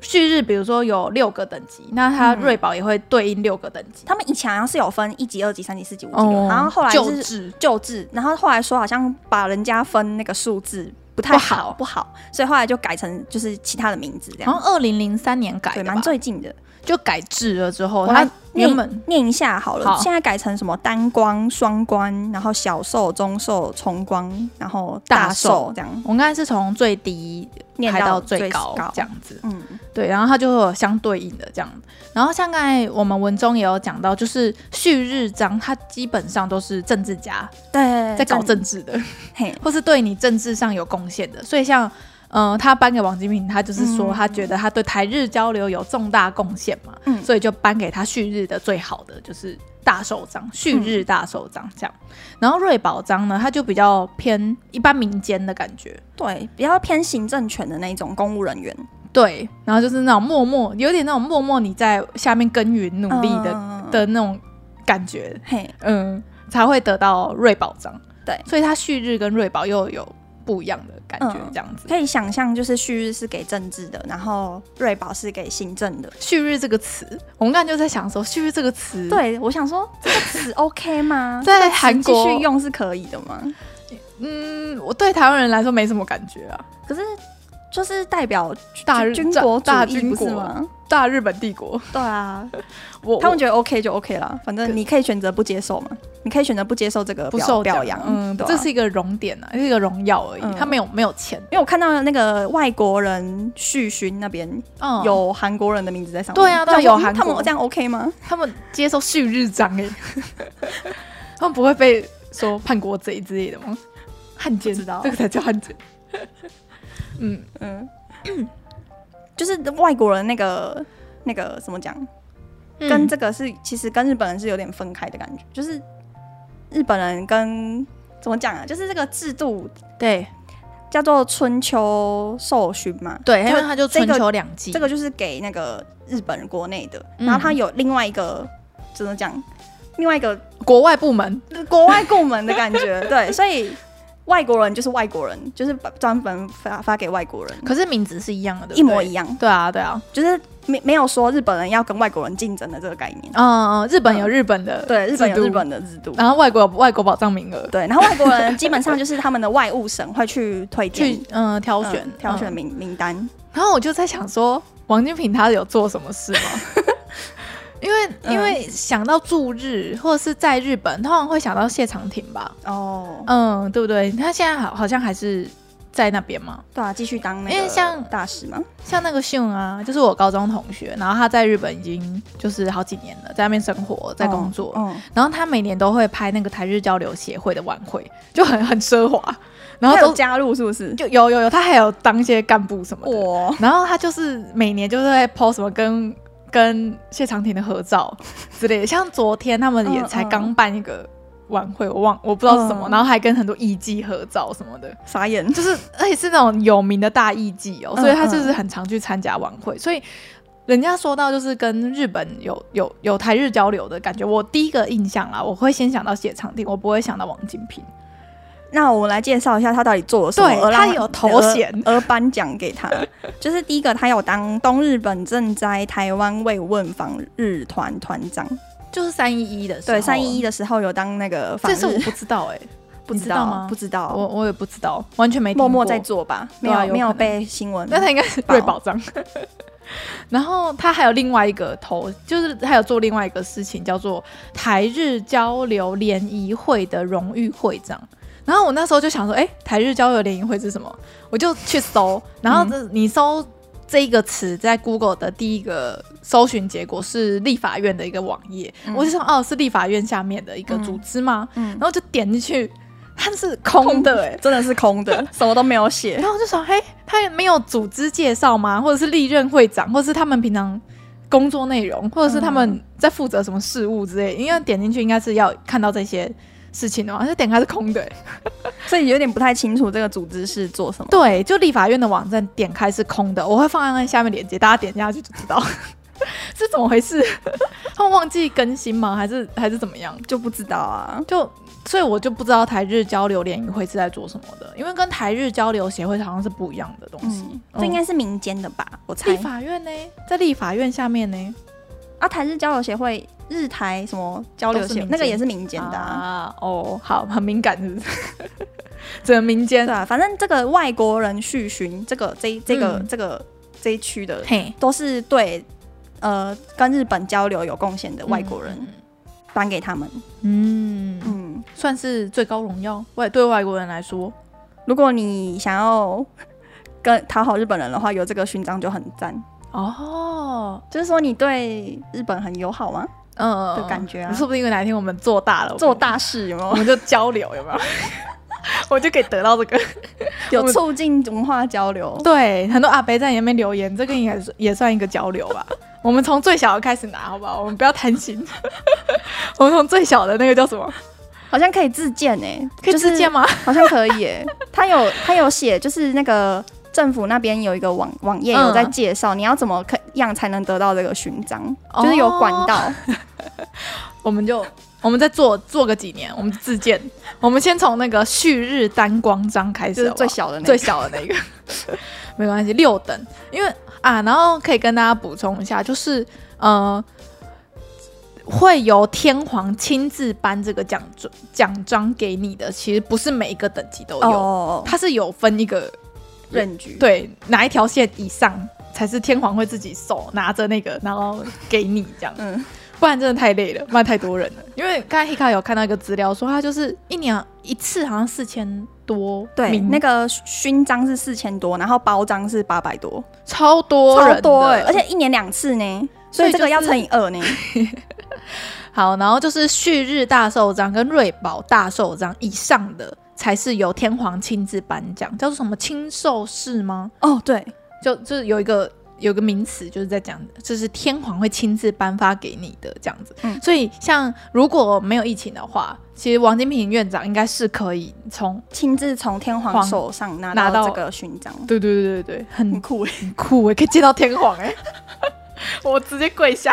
[SPEAKER 1] 旭日比如说有六个等级，那它
[SPEAKER 2] 嗯
[SPEAKER 1] 瑞宝也会对应六个等级。
[SPEAKER 2] 他们以前好像是有分一级、二级、三级、四级、五级
[SPEAKER 1] 哦
[SPEAKER 2] 的，然后后来
[SPEAKER 1] 就是治
[SPEAKER 2] 救治，然后后来说好像把人家分那个数字不太好，不好，所以后来就改成就是其他的名字这
[SPEAKER 1] 好
[SPEAKER 2] 样
[SPEAKER 1] 像。二零零三年改
[SPEAKER 2] 对，
[SPEAKER 1] 的吧
[SPEAKER 2] 蛮最近的。
[SPEAKER 1] 就改制了之后，
[SPEAKER 2] 我来
[SPEAKER 1] 它
[SPEAKER 2] 念嗯
[SPEAKER 1] 原本
[SPEAKER 2] 念一下好了，
[SPEAKER 1] 好
[SPEAKER 2] 现在改成什么单光、双关，然后小寿、中寿、重光，然后
[SPEAKER 1] 大
[SPEAKER 2] 大
[SPEAKER 1] 寿
[SPEAKER 2] 寿这样
[SPEAKER 1] 我刚才是从最低
[SPEAKER 2] 念
[SPEAKER 1] 排
[SPEAKER 2] 到
[SPEAKER 1] 最高
[SPEAKER 2] 高
[SPEAKER 1] 这。样子，
[SPEAKER 2] 嗯，
[SPEAKER 1] 对，然后它就会有相对应的这样。然后像刚才我们文中也有讲到，就是旭日章，它基本上都是政治家
[SPEAKER 2] 对，
[SPEAKER 1] 在搞
[SPEAKER 4] 嗯
[SPEAKER 2] 正
[SPEAKER 1] 政治的，
[SPEAKER 2] 嘿，
[SPEAKER 1] 或是对你政治上有贡献的。所以像呃，他颁给王金平，他就是说
[SPEAKER 4] 嗯
[SPEAKER 1] 他觉得他对台日交流有重大贡献嘛，
[SPEAKER 4] 嗯
[SPEAKER 1] 所以就颁给他旭日的最好的就是大寿章，旭
[SPEAKER 4] 嗯
[SPEAKER 1] 日大寿章这样。然后瑞宝章呢，他就比较偏一般民间的感觉，
[SPEAKER 4] 对，
[SPEAKER 2] 比较偏行政权的那一种公务人员，
[SPEAKER 1] 对，然后就是那种默默，有点那种默默你在下面耕耘努力的、
[SPEAKER 2] 嗯
[SPEAKER 1] 的那种感觉，
[SPEAKER 2] 嘿，
[SPEAKER 1] 嗯，才会得到瑞宝章。
[SPEAKER 2] 对
[SPEAKER 1] 所以他旭日跟瑞宝又有不一样的感觉，
[SPEAKER 2] 嗯
[SPEAKER 1] 这样子。
[SPEAKER 2] 可以想象，就是旭日是给政治的，然后瑞宝是给行政的。
[SPEAKER 1] 旭日这个词，我们刚才就在想说，旭日这个词，，
[SPEAKER 2] 对，啊我想说这个 词 OK 吗？
[SPEAKER 1] 在韩
[SPEAKER 2] 继
[SPEAKER 1] 国
[SPEAKER 2] 续，用是可以的吗？
[SPEAKER 1] 嗯，我对台湾人来说没什么感觉啊。
[SPEAKER 2] 可是就是代表
[SPEAKER 1] 大日
[SPEAKER 2] 军国主
[SPEAKER 1] 大大
[SPEAKER 2] 义
[SPEAKER 1] 军
[SPEAKER 2] 不是
[SPEAKER 1] 国
[SPEAKER 2] 吗？
[SPEAKER 1] 大日本帝国，
[SPEAKER 2] 对啊，
[SPEAKER 1] 我
[SPEAKER 2] 他们
[SPEAKER 1] 我
[SPEAKER 2] 觉得 OK 就 OK 啦，反正你可以选择不接受嘛，你可以选择不接受这个
[SPEAKER 1] 不
[SPEAKER 2] 表
[SPEAKER 1] 受
[SPEAKER 2] 表
[SPEAKER 1] 奖
[SPEAKER 2] 扬，
[SPEAKER 1] 嗯，
[SPEAKER 2] 对啊
[SPEAKER 1] 这是一个荣点啊，是一个荣耀而已。
[SPEAKER 2] 嗯
[SPEAKER 1] 他没有没有钱，
[SPEAKER 2] 因为我看到那个外国人续勋那边
[SPEAKER 1] 嗯，
[SPEAKER 2] 有韩国人的名字在上面，
[SPEAKER 1] 对啊对啊
[SPEAKER 2] 我想说
[SPEAKER 1] 有韩
[SPEAKER 2] 嗯他
[SPEAKER 1] 国
[SPEAKER 2] 们这样 OK 吗？
[SPEAKER 1] 他们接受旭日章哎， 他们不会被说叛国贼之类的吗？汉奸，
[SPEAKER 2] 不知道
[SPEAKER 1] 这个才叫汉奸。嗯，
[SPEAKER 2] 嗯，就是外国人那个那个怎么讲，跟
[SPEAKER 1] 嗯
[SPEAKER 2] 这个是其实跟日本人是有点分开的感觉，就是日本人跟怎么讲啊，就是这个制度
[SPEAKER 1] 对
[SPEAKER 2] 叫做春秋授勋嘛，
[SPEAKER 1] 对，
[SPEAKER 2] 就
[SPEAKER 1] 因为他就
[SPEAKER 2] 这
[SPEAKER 1] 春
[SPEAKER 2] 个
[SPEAKER 1] 秋两季，
[SPEAKER 2] 这个就是给那个日本国内的，
[SPEAKER 1] 嗯
[SPEAKER 2] 然后他有另外一个怎么讲，另外一个
[SPEAKER 1] 国外部门
[SPEAKER 2] 国外部门的感觉，对，所以外国人就是外国人，就是把专门发发给外国人，
[SPEAKER 1] 可是名字是一样的，对不对
[SPEAKER 2] 一模一样，
[SPEAKER 1] 对啊，对啊，
[SPEAKER 2] 就是没没有说日本人要跟外国人竞争的这个概念，
[SPEAKER 1] 嗯，嗯日本
[SPEAKER 2] 嗯
[SPEAKER 1] 有日本的、
[SPEAKER 2] 对，日本有日，本的制度。
[SPEAKER 1] 然后外国有外国保障名额，
[SPEAKER 2] 对，然后外国人基本上就是他们的外务省会去推荐
[SPEAKER 1] 去、嗯挑
[SPEAKER 2] 嗯
[SPEAKER 1] 选、
[SPEAKER 2] 挑选
[SPEAKER 1] 嗯
[SPEAKER 2] 名、名单，
[SPEAKER 1] 然后我就在想说，王金平他有做什么事吗？ 因为因
[SPEAKER 2] 嗯
[SPEAKER 1] 为想到驻日或者是在日本，通常会想到谢长廷吧，
[SPEAKER 2] 哦，
[SPEAKER 1] 嗯，对不对？他现在好好像还是在那边嘛。
[SPEAKER 2] 对啊，继续当那
[SPEAKER 1] 因
[SPEAKER 2] 个
[SPEAKER 1] 为像
[SPEAKER 2] 大使嘛，
[SPEAKER 1] 像那个秀啊，就是我高中同学，然后他在日本已经就是好几年了，在那边生活，在工作，
[SPEAKER 2] 嗯，嗯
[SPEAKER 1] 然后他每年都会拍那个台日交流协会的晚会， 就很很奢华，然后
[SPEAKER 2] 他
[SPEAKER 1] 都
[SPEAKER 2] 有加入是不是？
[SPEAKER 1] 就有有有，他还有当一些干部什么的。
[SPEAKER 2] 我
[SPEAKER 1] 然后他就是每年就是会 po 什么跟跟谢长廷的合照之类的，像昨天他们也
[SPEAKER 2] 嗯
[SPEAKER 1] 才
[SPEAKER 2] 嗯
[SPEAKER 1] 刚办一个晚会，我忘我不知道是什么，
[SPEAKER 2] 嗯
[SPEAKER 1] 然后还跟很多艺妓合照什么的，
[SPEAKER 2] 傻眼，
[SPEAKER 1] 就是而且是那种有名的大艺妓哦，
[SPEAKER 2] 嗯
[SPEAKER 1] 所以他就是很常去参加晚会，所以。人家说到就是跟日本有有有台日交流的感觉，我第一个印象啦，我会先想到谢长廷，我不会想到王金平。
[SPEAKER 2] 那我们来介绍一下他到底做了什么，
[SPEAKER 1] 对
[SPEAKER 2] 而让
[SPEAKER 1] 他有头衔
[SPEAKER 2] 而而颁奖给 他。就是第一个，他有当东日本赈灾台湾慰问访日团团长。
[SPEAKER 1] 就是三一一的时候，
[SPEAKER 2] 对，三一一的时候有当那个访
[SPEAKER 1] 这
[SPEAKER 2] 日，
[SPEAKER 1] 是我不知 道哎、
[SPEAKER 2] 不
[SPEAKER 1] 你
[SPEAKER 2] 知
[SPEAKER 1] 知道吗
[SPEAKER 2] 道，不知道，
[SPEAKER 1] 我我也不知道，完全没听
[SPEAKER 2] 默默
[SPEAKER 1] 过
[SPEAKER 2] 在，做吧，没
[SPEAKER 1] 对啊有
[SPEAKER 2] 没有
[SPEAKER 1] 可能
[SPEAKER 2] 被新闻。
[SPEAKER 1] 那他应该是
[SPEAKER 2] 宝
[SPEAKER 1] 瑞宝藏。 然后他还有另外一个头，就是还有做另外一个事情，叫做台日交流联谊会的荣誉会长。然后我那时候就想说，哎，台日交流联谊会是什么？我就去搜，然后这、你搜这一个词，在 Google 的第一个搜寻结果是立法院的一个网页，我就想，哦，是立法院下面的一个组织吗？
[SPEAKER 2] 嗯
[SPEAKER 1] 然，后就点进去，它是空的、哎，
[SPEAKER 2] 真的是空 的，什么都没有写。
[SPEAKER 1] 然后我就想，嘿，他也没有组织介绍吗？或者是历任会长，或者是他们平常工作内容，或者是他们在负责什么事务之类？因为点进去应该是要看到这些事情的嘛，就点开是空的、欸
[SPEAKER 2] 所以有点不太清楚这个组织是做什么。
[SPEAKER 1] 对，就立法院的网站点开是空的，我会放在下面链接，大家点下去就知道 是怎么回事。 他们忘记更新吗？还是还是怎么样？
[SPEAKER 2] 就不知道啊。
[SPEAKER 1] 就所以我就不知道台日交流联谊会是在做什么的，因为跟台日交流协会好像是不一样的东西。
[SPEAKER 2] 嗯，这应该是民间的吧？我猜
[SPEAKER 1] 立。法院呢，在立法院下面呢，
[SPEAKER 2] 啊，台日交流协会、日台什么交流
[SPEAKER 1] 都是
[SPEAKER 2] 协
[SPEAKER 1] 民间
[SPEAKER 2] 那个也是民间的啊。
[SPEAKER 1] 啊。哦，好，很敏感，是不是？ 整个民间
[SPEAKER 2] 对啊，反正这个外国人续巡，这个这一这个、
[SPEAKER 1] 嗯
[SPEAKER 2] 这个这一区的，
[SPEAKER 1] 嘿，
[SPEAKER 2] 都是对呃跟日本交流有贡献的外国人颁给他们。
[SPEAKER 1] 嗯，嗯，
[SPEAKER 2] 嗯，
[SPEAKER 1] 算是最高荣耀，外对外国人来说，
[SPEAKER 2] 如果你想要跟讨好日本人的话，有这个勋章就很赞。
[SPEAKER 1] 哦，
[SPEAKER 2] 就是说你对日本很友好吗？
[SPEAKER 1] 嗯
[SPEAKER 2] 的感觉啊
[SPEAKER 1] 说不定哪一天我们做大了，
[SPEAKER 2] 做大事有没
[SPEAKER 1] 我们，我
[SPEAKER 2] 有？
[SPEAKER 1] 们就交流，有没有？我就可以得到这个
[SPEAKER 2] 有促进文化交流。
[SPEAKER 1] 对，很多阿伯在里面留言，这个应该是也算一个交流 吧。我们从最小的开始拿，好不好？我们不要贪心。 我们从最小的那个叫什么？
[SPEAKER 2] 好像可以自荐哎、
[SPEAKER 1] 可以自荐吗？
[SPEAKER 2] 好像可以哎、 他有他有写，就是那个政府那边有一个网网页
[SPEAKER 1] 嗯
[SPEAKER 2] 有在介绍，你要怎么可样才能得到这个勋章，
[SPEAKER 1] 哦
[SPEAKER 2] 就是有管道。
[SPEAKER 1] 我们就我们再做做个几年，我们自荐。我们先从那个旭日单光章开始，
[SPEAKER 2] 就是
[SPEAKER 1] 好不好
[SPEAKER 2] 最小的那
[SPEAKER 1] 哦最
[SPEAKER 2] 个，
[SPEAKER 1] 小的那个， 没关系，六等。因为啊，然后可以跟大家补充一下，就是呃，会由天皇亲自颁这个奖状奖章给你的，其实不是每一个等级都有，
[SPEAKER 2] 哦，
[SPEAKER 1] 它是有分一个
[SPEAKER 2] 任局
[SPEAKER 1] 对哪一条线以上才是天皇会自己手拿着那个，然后给你这样。
[SPEAKER 2] 嗯
[SPEAKER 1] 不然真的太累了，不然太多人了。因为刚才 Hika 有看到一个资料说，他就是一年一次好像四千多
[SPEAKER 2] 对，
[SPEAKER 1] 名
[SPEAKER 2] 那个勋章是四千多，然后包章是八百多，
[SPEAKER 1] 超多人
[SPEAKER 2] 超
[SPEAKER 1] 的
[SPEAKER 2] 多哎、而且一年两次呢，所
[SPEAKER 1] 所以
[SPEAKER 2] 以这个要
[SPEAKER 1] 就是
[SPEAKER 2] 乘以 二呢。
[SPEAKER 1] 好，然后就是旭日大寿章跟瑞宝大寿章以上的，才是由天皇亲自颁奖，叫做什么亲授式吗？
[SPEAKER 2] 哦，对，
[SPEAKER 1] 就就是有一个有一个名词，就是在讲，就是天皇会亲自颁发给你的这样子。
[SPEAKER 2] 嗯
[SPEAKER 1] 所以像如果没有疫情的话，其实王金平院长应该是可以从，
[SPEAKER 2] 亲自从天皇
[SPEAKER 1] 皇
[SPEAKER 2] 手上拿
[SPEAKER 1] 拿
[SPEAKER 2] 到
[SPEAKER 1] 到
[SPEAKER 2] 这个勋章，
[SPEAKER 1] 对对对对对，很
[SPEAKER 2] 很酷哎、
[SPEAKER 1] 很酷，我可以见到天皇哎、 我直接跪下。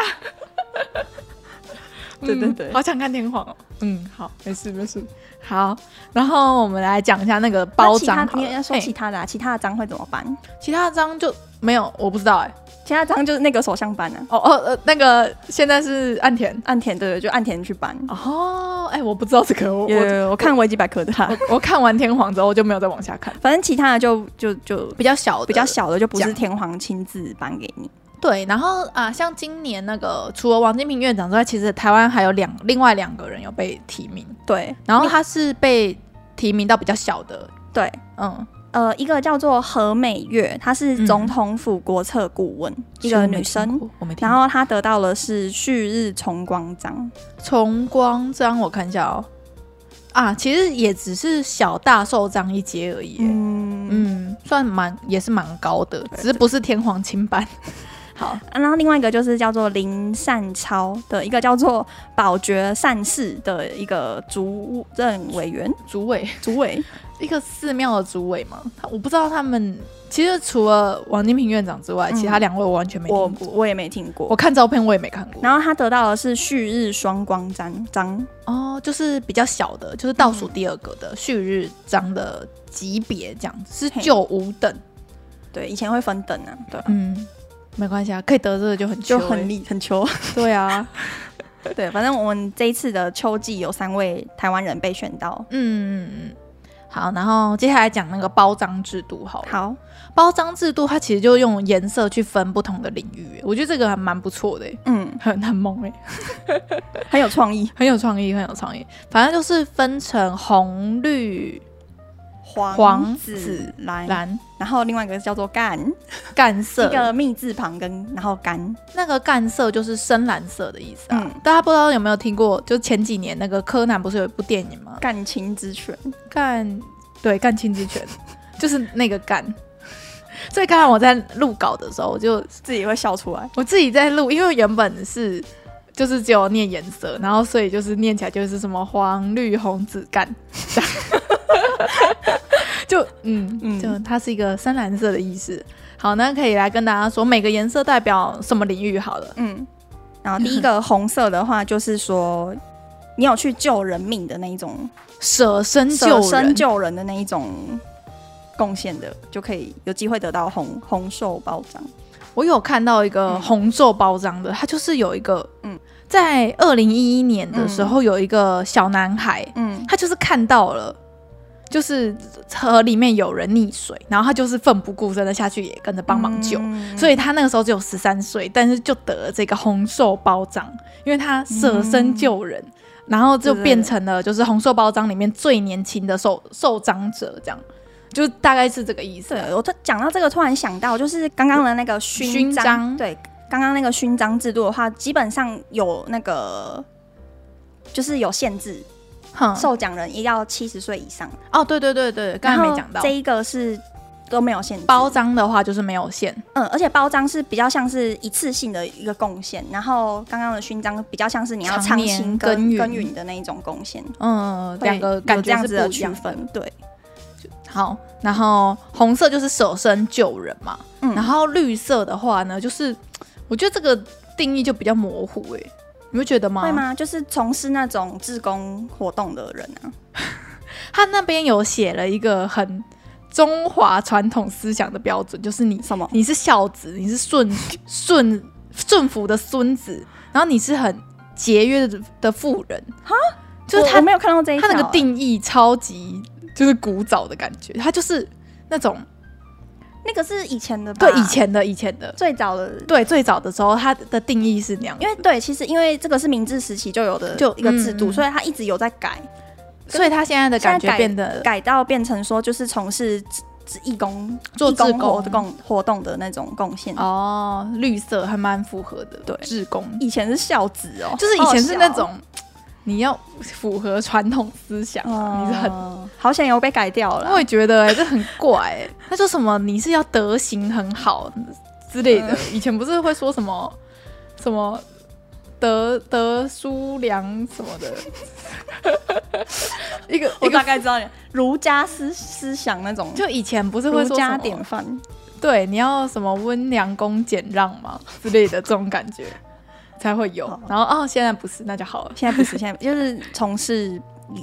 [SPEAKER 2] 对对对
[SPEAKER 1] 嗯好想看天皇哦。嗯，好，没事没事。好，然后我们来讲一下那个包
[SPEAKER 2] 那
[SPEAKER 1] 章
[SPEAKER 2] 其
[SPEAKER 1] 好
[SPEAKER 2] 他
[SPEAKER 1] 了。
[SPEAKER 2] 你要说
[SPEAKER 1] 哎
[SPEAKER 2] 其他的、啊，其他的章会怎么办？
[SPEAKER 1] 其他章就没有，我不知道哎、
[SPEAKER 2] 其他章就是那个首相办啊，
[SPEAKER 1] 哦哦呃，那个现在是岸田。
[SPEAKER 2] 岸田对对，就岸田去办。
[SPEAKER 1] 哦，哎、我不知道这个，我
[SPEAKER 2] 有
[SPEAKER 1] 我
[SPEAKER 2] 有有我看维基百科的、啊，
[SPEAKER 1] 我看完天皇之后我就没有再往下看，
[SPEAKER 2] 反正其他的就就就
[SPEAKER 1] 比较小的
[SPEAKER 2] 比较小的就不是
[SPEAKER 1] 讲
[SPEAKER 2] 天皇亲自颁给你。
[SPEAKER 1] 对，然后啊，像今年那个除了王金平院长之外，其实台湾还有两另外两个人有被提名，
[SPEAKER 2] 对
[SPEAKER 1] 然后他是被提名到比较小的，
[SPEAKER 2] 对，
[SPEAKER 1] 嗯，
[SPEAKER 2] 呃，一个叫做何美月，她是总统府国策顾问，一个女生。，
[SPEAKER 1] 我没听过。
[SPEAKER 2] 然后她得到的是旭日重光章，
[SPEAKER 1] 崇光章，我看一下哦，啊，其实也只是小大寿章一阶而已耶，
[SPEAKER 2] 嗯，
[SPEAKER 1] 嗯，算蛮也是蛮高的，只是不是天皇钦班。 好，
[SPEAKER 2] 啊然后另外一个就是叫做林善超的一个叫做保觉善事的一个主任委员
[SPEAKER 1] 主委
[SPEAKER 2] 主委，
[SPEAKER 1] 一个寺庙的主委嘛，他我不知道他们其实除了王金平院长之外，
[SPEAKER 2] 嗯
[SPEAKER 1] 其他两位我完全没听
[SPEAKER 2] 我
[SPEAKER 1] 过。
[SPEAKER 2] 我也没听
[SPEAKER 1] 我
[SPEAKER 2] 过。
[SPEAKER 1] 看照嗯片我也没看过。
[SPEAKER 2] 然后她得到的是旭日双光章章，
[SPEAKER 1] 哦，就是比较小的，就是倒数第二个的旭日章的级别这样子，是
[SPEAKER 2] 嘿
[SPEAKER 1] 九五等。
[SPEAKER 2] 对，以前会分等啊，对啊，
[SPEAKER 1] 嗯，没关系啊，可以得这个就很
[SPEAKER 2] 就
[SPEAKER 1] 糗欸
[SPEAKER 2] 很厉 很秋。
[SPEAKER 1] 对啊。
[SPEAKER 2] 对，反正我们这一次的秋季有三位台湾人被选到。
[SPEAKER 1] 嗯嗯嗯，好，然后接下来讲那个包章制度好了。
[SPEAKER 2] 好，
[SPEAKER 1] 包章制度它其实就用颜色去分不同的领域欸，我觉得这个还蛮不错的欸，
[SPEAKER 2] 嗯，
[SPEAKER 1] 很很萌哎。
[SPEAKER 2] 很有创意。
[SPEAKER 1] 很有创意，很有创意。反正就是分成红、绿、
[SPEAKER 2] 黄
[SPEAKER 1] 黄
[SPEAKER 2] 紫
[SPEAKER 1] 紫
[SPEAKER 2] 蓝，
[SPEAKER 1] 蓝、
[SPEAKER 2] 然后另外一个叫做干，一
[SPEAKER 1] 干色。
[SPEAKER 2] 个密字旁跟然后干，
[SPEAKER 1] 那个干色就是深蓝色的意思啊。
[SPEAKER 2] 嗯
[SPEAKER 1] 大家不知道有没有听过？就前几年那个柯南不是有一部电影吗？
[SPEAKER 2] 干青之犬。
[SPEAKER 1] 干，对，干青之拳，就是那个干。所以刚才我在录稿的时候，我就
[SPEAKER 2] 自己会笑出来。
[SPEAKER 1] 我自己在录，因为原本是就是只有念颜色，然后所以就是念起来就是什么黄绿红紫干， 这样就嗯
[SPEAKER 2] 嗯
[SPEAKER 1] 就它是一个深蓝色的意思。好，那可以来跟大家说每个颜色代表什么领域好了。
[SPEAKER 2] 嗯，然后第一个红色的话，就是说你有去救人命的那一种，
[SPEAKER 1] 舍身嗯救
[SPEAKER 2] 舍
[SPEAKER 1] 人，
[SPEAKER 2] 身救人的那一种贡献的，就可以有机会得到红红寿包章。
[SPEAKER 1] 我有看到一个
[SPEAKER 2] 嗯
[SPEAKER 1] 红皱包章的，它就是有一个
[SPEAKER 2] 嗯
[SPEAKER 1] 嗯，在二零一一年的时候有一个小男孩，
[SPEAKER 2] 嗯，
[SPEAKER 1] 他就是看到了，就是河里面有人溺水，然后他就是奋不顾身的下去，也跟着帮忙救。
[SPEAKER 2] 嗯
[SPEAKER 1] 所以他那个时候只有十三岁，但是就得了这个红瘦包章，因为他舍身救人，然后就变成了就是红瘦包章里面最年轻的受受章者，这样就大概是这个意思啊。
[SPEAKER 2] 对我突讲到这个，突然想到，就是刚刚的那个勋
[SPEAKER 1] 勋章
[SPEAKER 2] 对，刚刚那个勋章制度的话，基本上有那个就是有限制，
[SPEAKER 1] 哼，
[SPEAKER 2] 受奖人也要七十岁以上。
[SPEAKER 1] 哦，对对对对，嗯刚才没讲
[SPEAKER 2] 然后
[SPEAKER 1] 到
[SPEAKER 2] 这，一个是都没有限制
[SPEAKER 1] 包，章的话就是没有限，
[SPEAKER 2] 嗯，而且包章是比较像是一次性的一个贡献，然后刚刚的勋章比较像是你要
[SPEAKER 1] 常
[SPEAKER 2] 长
[SPEAKER 1] 年
[SPEAKER 2] 期
[SPEAKER 1] 耕耘
[SPEAKER 2] 耕耘的那一种贡献，
[SPEAKER 1] 嗯，两
[SPEAKER 2] 会
[SPEAKER 1] 个
[SPEAKER 2] 有
[SPEAKER 1] 感
[SPEAKER 2] 这
[SPEAKER 1] 觉
[SPEAKER 2] 样
[SPEAKER 1] 是
[SPEAKER 2] 子的
[SPEAKER 1] 不一
[SPEAKER 2] 区
[SPEAKER 1] 样的。
[SPEAKER 2] 分，对，
[SPEAKER 1] 好，然后红色就是舍身救人嘛，
[SPEAKER 2] 嗯
[SPEAKER 1] 然后绿色的话呢，就是我觉得这个定义就比较模糊哎、你会觉得吗？
[SPEAKER 2] 会？吗？就是从事那种志工活动的人啊，
[SPEAKER 1] 他那边有写了一个很中华传统思想的标准，就是你
[SPEAKER 2] 什么
[SPEAKER 1] 你是孝子，你是顺顺顺服的孙子，然后你是很节约的富人，哈，就是
[SPEAKER 2] 我
[SPEAKER 1] 他
[SPEAKER 2] 我没有看到这一条
[SPEAKER 1] 他那个
[SPEAKER 2] 欸
[SPEAKER 1] 定义超级就是古早的感觉，他就是那种啊
[SPEAKER 2] 那个是以前的吧，
[SPEAKER 1] 对以前的以前的。
[SPEAKER 2] 最早的。
[SPEAKER 1] 对，最早的时候，它的定义是那样，
[SPEAKER 2] 因为对，其实因为这个是明治时期就有的
[SPEAKER 1] 就
[SPEAKER 2] 一个制度，
[SPEAKER 1] 嗯
[SPEAKER 2] 所以它一直有在改，
[SPEAKER 1] 所以他现在的感
[SPEAKER 2] 现在
[SPEAKER 1] 觉
[SPEAKER 2] 改
[SPEAKER 1] 变得
[SPEAKER 2] 改到变成说就是从事志志义工
[SPEAKER 1] 做
[SPEAKER 2] 义工
[SPEAKER 1] 志工嗯
[SPEAKER 2] 活动活动的那种贡献。
[SPEAKER 1] 哦，绿色还蛮符合的，
[SPEAKER 2] 对
[SPEAKER 1] 志工
[SPEAKER 2] 以前是孝子哦，
[SPEAKER 1] 就是以前是那
[SPEAKER 2] 好
[SPEAKER 1] 种你要符合传统思想
[SPEAKER 2] 好笑
[SPEAKER 1] 啊，
[SPEAKER 2] 哦，
[SPEAKER 1] 你是很。
[SPEAKER 2] 很好想有被改掉了
[SPEAKER 1] 我也觉得哎、这很怪哎、 他说什么你是要德行很好之类的，
[SPEAKER 2] 嗯
[SPEAKER 1] 以前不是会说什么什么德德叔良什么的， 一个
[SPEAKER 2] 我
[SPEAKER 1] 一
[SPEAKER 2] 大
[SPEAKER 1] 个
[SPEAKER 2] 概知道你儒家思思想那种，
[SPEAKER 1] 就以前不是会
[SPEAKER 2] 儒
[SPEAKER 1] 说
[SPEAKER 2] 家
[SPEAKER 1] 什
[SPEAKER 2] 典
[SPEAKER 1] 么
[SPEAKER 2] 范。
[SPEAKER 1] 对你要什么温良恭俭让嘛之类的这种感觉才会有
[SPEAKER 2] 好，
[SPEAKER 1] 然后哦现在不是那就好了，
[SPEAKER 2] 现在不是，现在 就是从事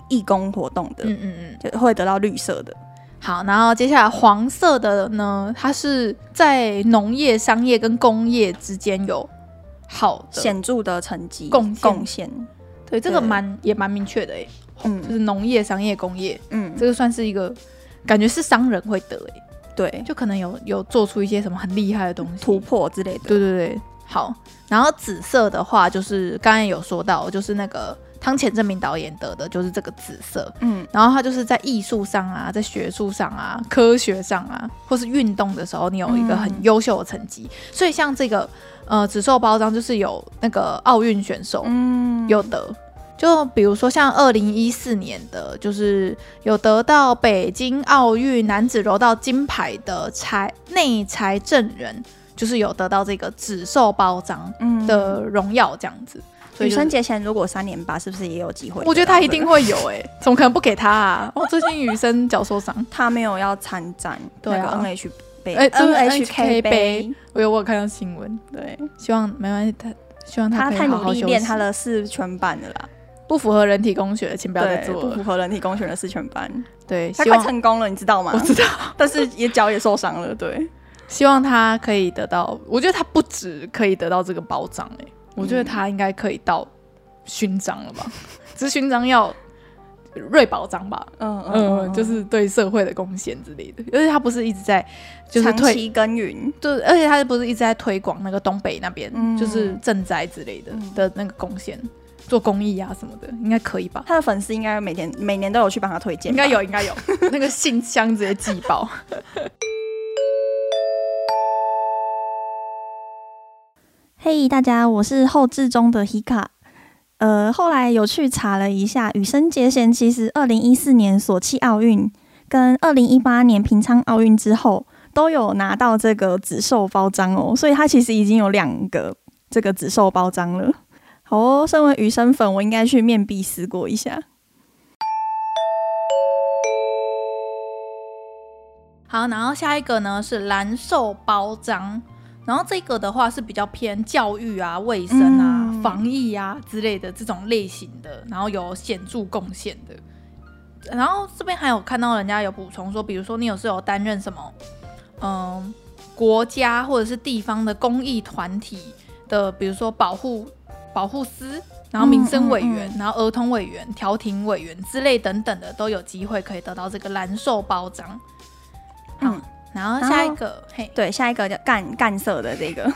[SPEAKER 2] 义工活动的，
[SPEAKER 1] 嗯嗯嗯。
[SPEAKER 2] 就会得到绿色的。
[SPEAKER 1] 好，然后接下来黄色的呢，它是在农业、商业跟工业之间有好的，
[SPEAKER 2] 显著的成绩
[SPEAKER 1] 贡献
[SPEAKER 2] 贡献，
[SPEAKER 1] 对，这个
[SPEAKER 2] 对
[SPEAKER 1] 蛮也蛮明确的诶，就
[SPEAKER 2] 嗯
[SPEAKER 1] 是农业、商业、工业，
[SPEAKER 2] 嗯，
[SPEAKER 1] 这个算是一个感觉是商人会得诶，
[SPEAKER 2] 对，
[SPEAKER 1] 就可能有有做出一些什么很厉害的东西，
[SPEAKER 2] 突破之类的，
[SPEAKER 1] 对对对，好。然后紫色的话，就是刚才有说到，就是那个汤浅证明导演得的就是这个紫色，
[SPEAKER 2] 嗯，
[SPEAKER 1] 然后他就是在艺术上啊，在学术上啊，科学上啊，或是运动的时候，你有一个很
[SPEAKER 2] 嗯
[SPEAKER 1] 优秀的成绩。所以像这个呃紫色包章，就是有那个奥运选手、
[SPEAKER 2] 嗯，
[SPEAKER 1] 有得。就比如说像二零一四年的，就是有得到北京奥运男子柔道金牌的柴内柴正人，就是有得到这个紫色包章
[SPEAKER 2] 嗯
[SPEAKER 1] 的荣耀这样子。所以
[SPEAKER 2] 羽
[SPEAKER 1] 就是
[SPEAKER 2] 生结弦如果三连霸，是不是也有机会？
[SPEAKER 1] 我觉得他一定，会有哎、怎么可能不给他啊？哦，最近雨生脚受伤，
[SPEAKER 2] 他没有要参战
[SPEAKER 1] 对啊
[SPEAKER 2] 那个 NH 杯，
[SPEAKER 1] 哎对 NHK
[SPEAKER 2] NHK
[SPEAKER 1] 杯，我有我有看到新闻，
[SPEAKER 2] 对
[SPEAKER 1] 希望没关系，他希望
[SPEAKER 2] 他
[SPEAKER 1] 可以
[SPEAKER 2] 太
[SPEAKER 1] 好
[SPEAKER 2] 努
[SPEAKER 1] 好
[SPEAKER 2] 力
[SPEAKER 1] 休
[SPEAKER 2] 练
[SPEAKER 1] 息。
[SPEAKER 2] 他的四圈半了啦，
[SPEAKER 1] 不符合人体工学，请不要再
[SPEAKER 2] 对，
[SPEAKER 1] 做
[SPEAKER 2] 不符
[SPEAKER 1] 了。
[SPEAKER 2] 合人体工学的四圈半，
[SPEAKER 1] 对，
[SPEAKER 2] 他
[SPEAKER 1] 希
[SPEAKER 2] 快
[SPEAKER 1] 望
[SPEAKER 2] 成功了，你知道吗
[SPEAKER 1] 我？知道，
[SPEAKER 2] 但是也脚也受伤 了，对，
[SPEAKER 1] 希望他可以得到。我觉得他不止可以得到这个保障哎、我
[SPEAKER 2] 嗯
[SPEAKER 1] 觉得他应该可以到勋章了吧？ 只是勋章要瑞保章吧？
[SPEAKER 2] 嗯
[SPEAKER 1] 嗯，就是对社会的贡献之类的。而且他不是一直在就是
[SPEAKER 2] 长
[SPEAKER 1] 退
[SPEAKER 2] 期耕耘，
[SPEAKER 1] 就是，而且他不是一直在推广那个东北那边，
[SPEAKER 2] 嗯
[SPEAKER 1] 就是赈灾之类的、
[SPEAKER 2] 嗯
[SPEAKER 1] 的那个贡献，做公益啊什么的，应该可以吧？
[SPEAKER 2] 他的粉丝应该每天每年都有去帮他推荐，
[SPEAKER 1] 应该有，。应该有，那个信箱直接寄爆。
[SPEAKER 4] 嘿大家，我是后置中的 Hika。呃，后来有去查了一下，羽生结弦其实二零一四年索契奥运跟二零一八年平昌奥运之后，都有拿到这个紫绶包章哦，所以他其实已经有两个这个紫绶包章了。好哦，身为羽生粉，我应该去面壁思过一下。
[SPEAKER 1] 好，然后下一个呢是蓝瘦包章，然后这个的话是比较偏教育啊、卫生啊、
[SPEAKER 2] 嗯
[SPEAKER 1] 防疫啊之类的这种类型的，然后有显著贡献的。然后这边还有看到人家有补充说，比如说你有时候有担任什么，嗯，国家或者是地方的公益团体的，比如说保护保护司，然后民生委员，
[SPEAKER 2] 嗯
[SPEAKER 1] 然后儿童委员、调停委员之类等等的，都有机会可以得到这个蓝瘦包章。好，
[SPEAKER 2] 嗯
[SPEAKER 1] 然后
[SPEAKER 2] 然
[SPEAKER 1] 下一
[SPEAKER 2] 后
[SPEAKER 1] 个，嘿，
[SPEAKER 2] 对，下一个叫干干色的这个，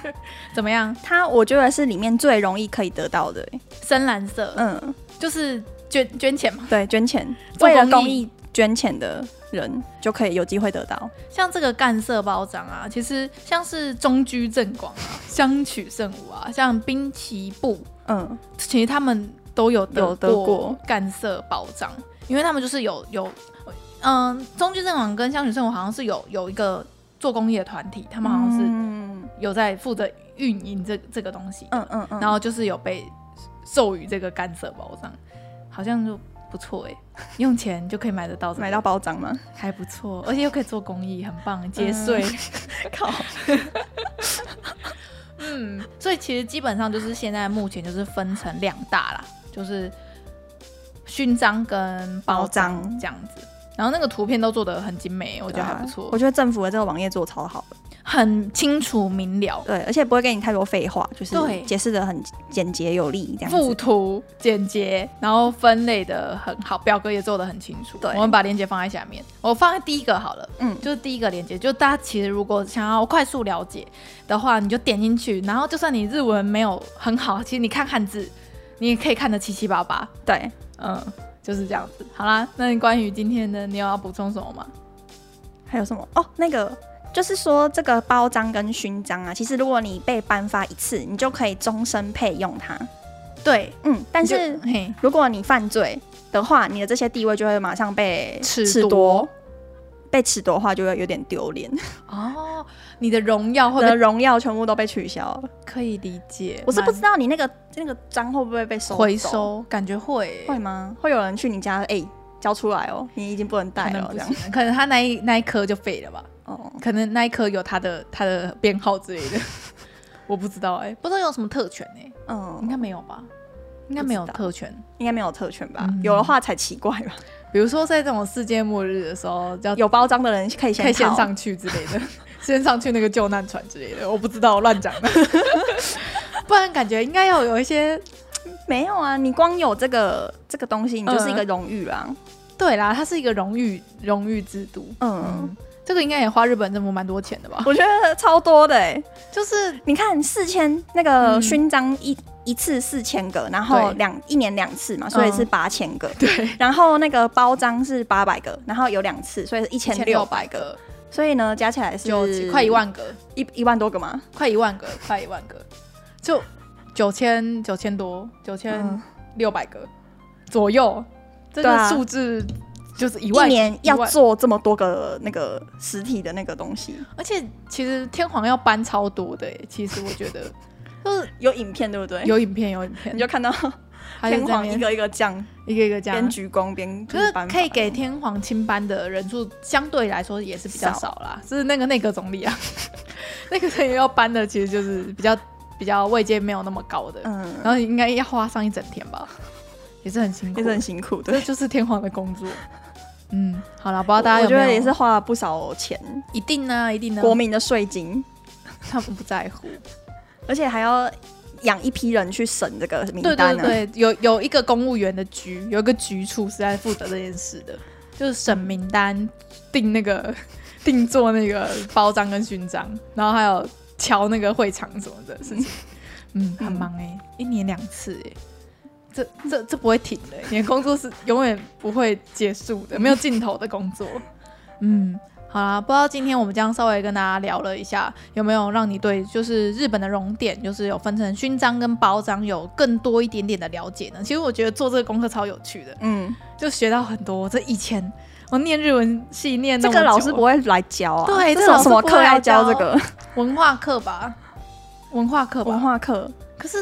[SPEAKER 1] 怎么样？
[SPEAKER 2] 他我觉得是里面最容易可以得到的、欸
[SPEAKER 1] 深蓝色，
[SPEAKER 2] 嗯，
[SPEAKER 1] 就是捐捐钱嘛。
[SPEAKER 2] 对，捐钱，
[SPEAKER 1] 做
[SPEAKER 2] 为了
[SPEAKER 1] 公
[SPEAKER 2] 公
[SPEAKER 1] 益
[SPEAKER 2] 益捐钱的人就可以有机会得到。
[SPEAKER 1] 像这个干色包章啊，其实像是中 居正广啊、相取甚武啊，像滨崎步，
[SPEAKER 2] 嗯，
[SPEAKER 1] 其实他们都有得
[SPEAKER 2] 有得过
[SPEAKER 1] 干涩保障，因为他们就是有有，嗯、中居正王跟香取慎吾好像是有有一个做公益的团体，他们好像是
[SPEAKER 2] 嗯
[SPEAKER 1] 有在负责运营这这个东西，
[SPEAKER 2] 嗯嗯嗯，
[SPEAKER 1] 然后就是有被授予这个干涩保障，好像就不错哎、用钱就可以买得到、
[SPEAKER 2] 买到包章吗？
[SPEAKER 1] 还不错，而且又可以做公益，很棒，节税。
[SPEAKER 2] 靠，
[SPEAKER 1] 嗯，所以其实基本上就是现在目前就是分成两大啦，就是勋章跟包章
[SPEAKER 2] 包章
[SPEAKER 1] 这样子。然后那个图片都做的很精美，我
[SPEAKER 2] 我
[SPEAKER 1] 觉得还不错，
[SPEAKER 2] 我觉得政府的这个网页做得超好的，
[SPEAKER 1] 很清楚明了，
[SPEAKER 2] 对，而且不会给你太多废话，就是
[SPEAKER 1] 对
[SPEAKER 2] 解释的很简洁有力，这样
[SPEAKER 1] 附
[SPEAKER 2] 子。
[SPEAKER 1] 图简洁，然后分类的很好，表格也做的很清楚。
[SPEAKER 2] 对
[SPEAKER 1] 我们把链接放在下面，我放在第一个好了。
[SPEAKER 2] 嗯，
[SPEAKER 1] 就是第一个链接，就大家其实如果想要快速了解的话，你就点进去，然后就算你日文没有很好，其实你看汉字，你也可以看得七七八八。
[SPEAKER 2] 对，
[SPEAKER 1] 嗯，就是这样子。好啦，那你关于今天的，你有要补充什么吗？
[SPEAKER 2] 还有什么？哦，那个就是说这个包章跟勋章啊，其实如果你被颁发一次，你就可以终身配用它。
[SPEAKER 1] 对，
[SPEAKER 2] 嗯，但
[SPEAKER 1] 但
[SPEAKER 2] 是
[SPEAKER 1] 是嘿，
[SPEAKER 2] 如果你犯罪的话，你的这些地位就会马上被
[SPEAKER 1] 褫夺
[SPEAKER 2] 夺。被褫夺的话，就会有点丢脸，
[SPEAKER 1] 哦，你的荣耀
[SPEAKER 2] 我
[SPEAKER 1] 会不
[SPEAKER 2] 的
[SPEAKER 1] 会
[SPEAKER 2] 荣耀全部都被取消了。
[SPEAKER 1] 可以理解？
[SPEAKER 2] 我是不
[SPEAKER 1] 蛮
[SPEAKER 2] 知道你那个那个章会不会被收走
[SPEAKER 1] 回，收，感觉会
[SPEAKER 2] 会吗？会有人去你家哎、交出来哦，你已经不能带
[SPEAKER 1] 可能
[SPEAKER 2] 了
[SPEAKER 1] 不
[SPEAKER 2] 这样。
[SPEAKER 1] 行，可能他那一那一颗就废了吧？
[SPEAKER 2] 哦，
[SPEAKER 1] 可能那一颗有他的他的编号之类的， 我不知道哎、不知道有什么特权哎、应
[SPEAKER 2] 嗯，
[SPEAKER 1] 该没有吧？应该没有
[SPEAKER 2] 不知道
[SPEAKER 1] 特权，
[SPEAKER 2] 应该没有特权吧？
[SPEAKER 1] 嗯
[SPEAKER 2] 有的话才奇怪吧。
[SPEAKER 1] 比如说在这种世界末日的时候，要
[SPEAKER 2] 有包章的人可以先
[SPEAKER 1] 可以先
[SPEAKER 2] 逃
[SPEAKER 1] 上去之类的， 先上去那个救难船之类的，我不知道，我乱讲的。 不然感觉应该要有一些
[SPEAKER 2] 没有啊，你光有这个这个东西，你就是一
[SPEAKER 1] 嗯
[SPEAKER 2] 个荣誉啦。
[SPEAKER 1] 对啦，它是一个荣誉荣誉制度，
[SPEAKER 2] 嗯，
[SPEAKER 1] 嗯，这个应该也花日本政府蛮多钱的吧？
[SPEAKER 2] 我觉得超多的、欸，
[SPEAKER 1] 就是
[SPEAKER 2] 你看四千那个
[SPEAKER 1] 嗯
[SPEAKER 2] 勋章一。一次四千个，然后
[SPEAKER 1] 对
[SPEAKER 2] 两一年两次嘛，所以
[SPEAKER 1] 嗯
[SPEAKER 2] 是八千个。
[SPEAKER 1] 对
[SPEAKER 2] 然后那个包章是八百个，然后有两次，所以是一千六百个。
[SPEAKER 1] 个，
[SPEAKER 2] 所以呢，加起来是
[SPEAKER 1] 九千快一万个，
[SPEAKER 2] 一一万多个嘛。
[SPEAKER 1] 快一万个，快一万个，就九千九千多，九千
[SPEAKER 2] 嗯
[SPEAKER 1] 六百个左右，这
[SPEAKER 2] 对
[SPEAKER 1] 个
[SPEAKER 2] 啊
[SPEAKER 1] 数字就是一
[SPEAKER 2] 一
[SPEAKER 1] 万
[SPEAKER 2] 年
[SPEAKER 1] 一
[SPEAKER 2] 要
[SPEAKER 1] 万
[SPEAKER 2] 做这么多个那个实体的那个东西，
[SPEAKER 1] 而且其实天皇要搬超多的耶，欸其实我觉 得就是
[SPEAKER 2] 有影片对不对？
[SPEAKER 1] 有影片有影片，
[SPEAKER 2] 你就看到
[SPEAKER 1] 他就
[SPEAKER 2] 哎天
[SPEAKER 1] 在那
[SPEAKER 2] 皇
[SPEAKER 1] 边
[SPEAKER 2] 一个一个降，
[SPEAKER 1] 一个一个加，
[SPEAKER 2] 边鞠躬边
[SPEAKER 1] 可
[SPEAKER 2] 就是颁
[SPEAKER 1] 可以
[SPEAKER 2] 发
[SPEAKER 1] 给天皇亲班的人数相对来说也是比较
[SPEAKER 2] 少
[SPEAKER 1] 少啦，是那个内阁总理啊， 内阁总理要搬的其实就是比较比较位阶没有那么高的，
[SPEAKER 2] 嗯，
[SPEAKER 1] 然后应该要花上一整天 吧，也是很辛苦，
[SPEAKER 2] 也是很辛苦的
[SPEAKER 1] 这。就是天皇的工作。嗯，好了，不知道大家
[SPEAKER 2] 我
[SPEAKER 1] 有没
[SPEAKER 2] 觉
[SPEAKER 1] 有？
[SPEAKER 2] 得也是花了不少钱，
[SPEAKER 1] 一定呢、一定呢、啊
[SPEAKER 2] 国民的税金，
[SPEAKER 1] 他们不在乎。
[SPEAKER 2] 而且还要养一批人去审这个名
[SPEAKER 1] 对
[SPEAKER 2] 单
[SPEAKER 1] 对
[SPEAKER 2] 啊呢、
[SPEAKER 1] 对，有有一个公务员的局，有一个局处是在负责这件事的，就是审名单、定那个、 定做那个包章跟勋章，然后还有敲那个会场什么的 事情。嗯，很忙哎、一年两次哎、这这这不会停的、欸，你的工作是永远不会结束的，没有尽头的工作。嗯，好啦，不知道今天我们这样稍微跟大家聊了一下，有没有让你对就是日本的熔点，就是有分成勋章跟包章，有更多一点点的了解呢？其实我觉得做这个功课超有趣的，
[SPEAKER 2] 嗯，
[SPEAKER 1] 就学到很多。这以前我念日文系念那
[SPEAKER 2] 这
[SPEAKER 1] 么
[SPEAKER 2] 个老
[SPEAKER 1] 久
[SPEAKER 2] 师不会来教啊，
[SPEAKER 1] 对
[SPEAKER 2] 这
[SPEAKER 1] 这
[SPEAKER 2] 种
[SPEAKER 1] 老师
[SPEAKER 2] 什么
[SPEAKER 1] 不会
[SPEAKER 2] 课
[SPEAKER 1] 来
[SPEAKER 2] 要教
[SPEAKER 1] 教啊
[SPEAKER 2] 这个
[SPEAKER 1] 文化课吧，文化 课吧，
[SPEAKER 2] 文化课？
[SPEAKER 1] 可是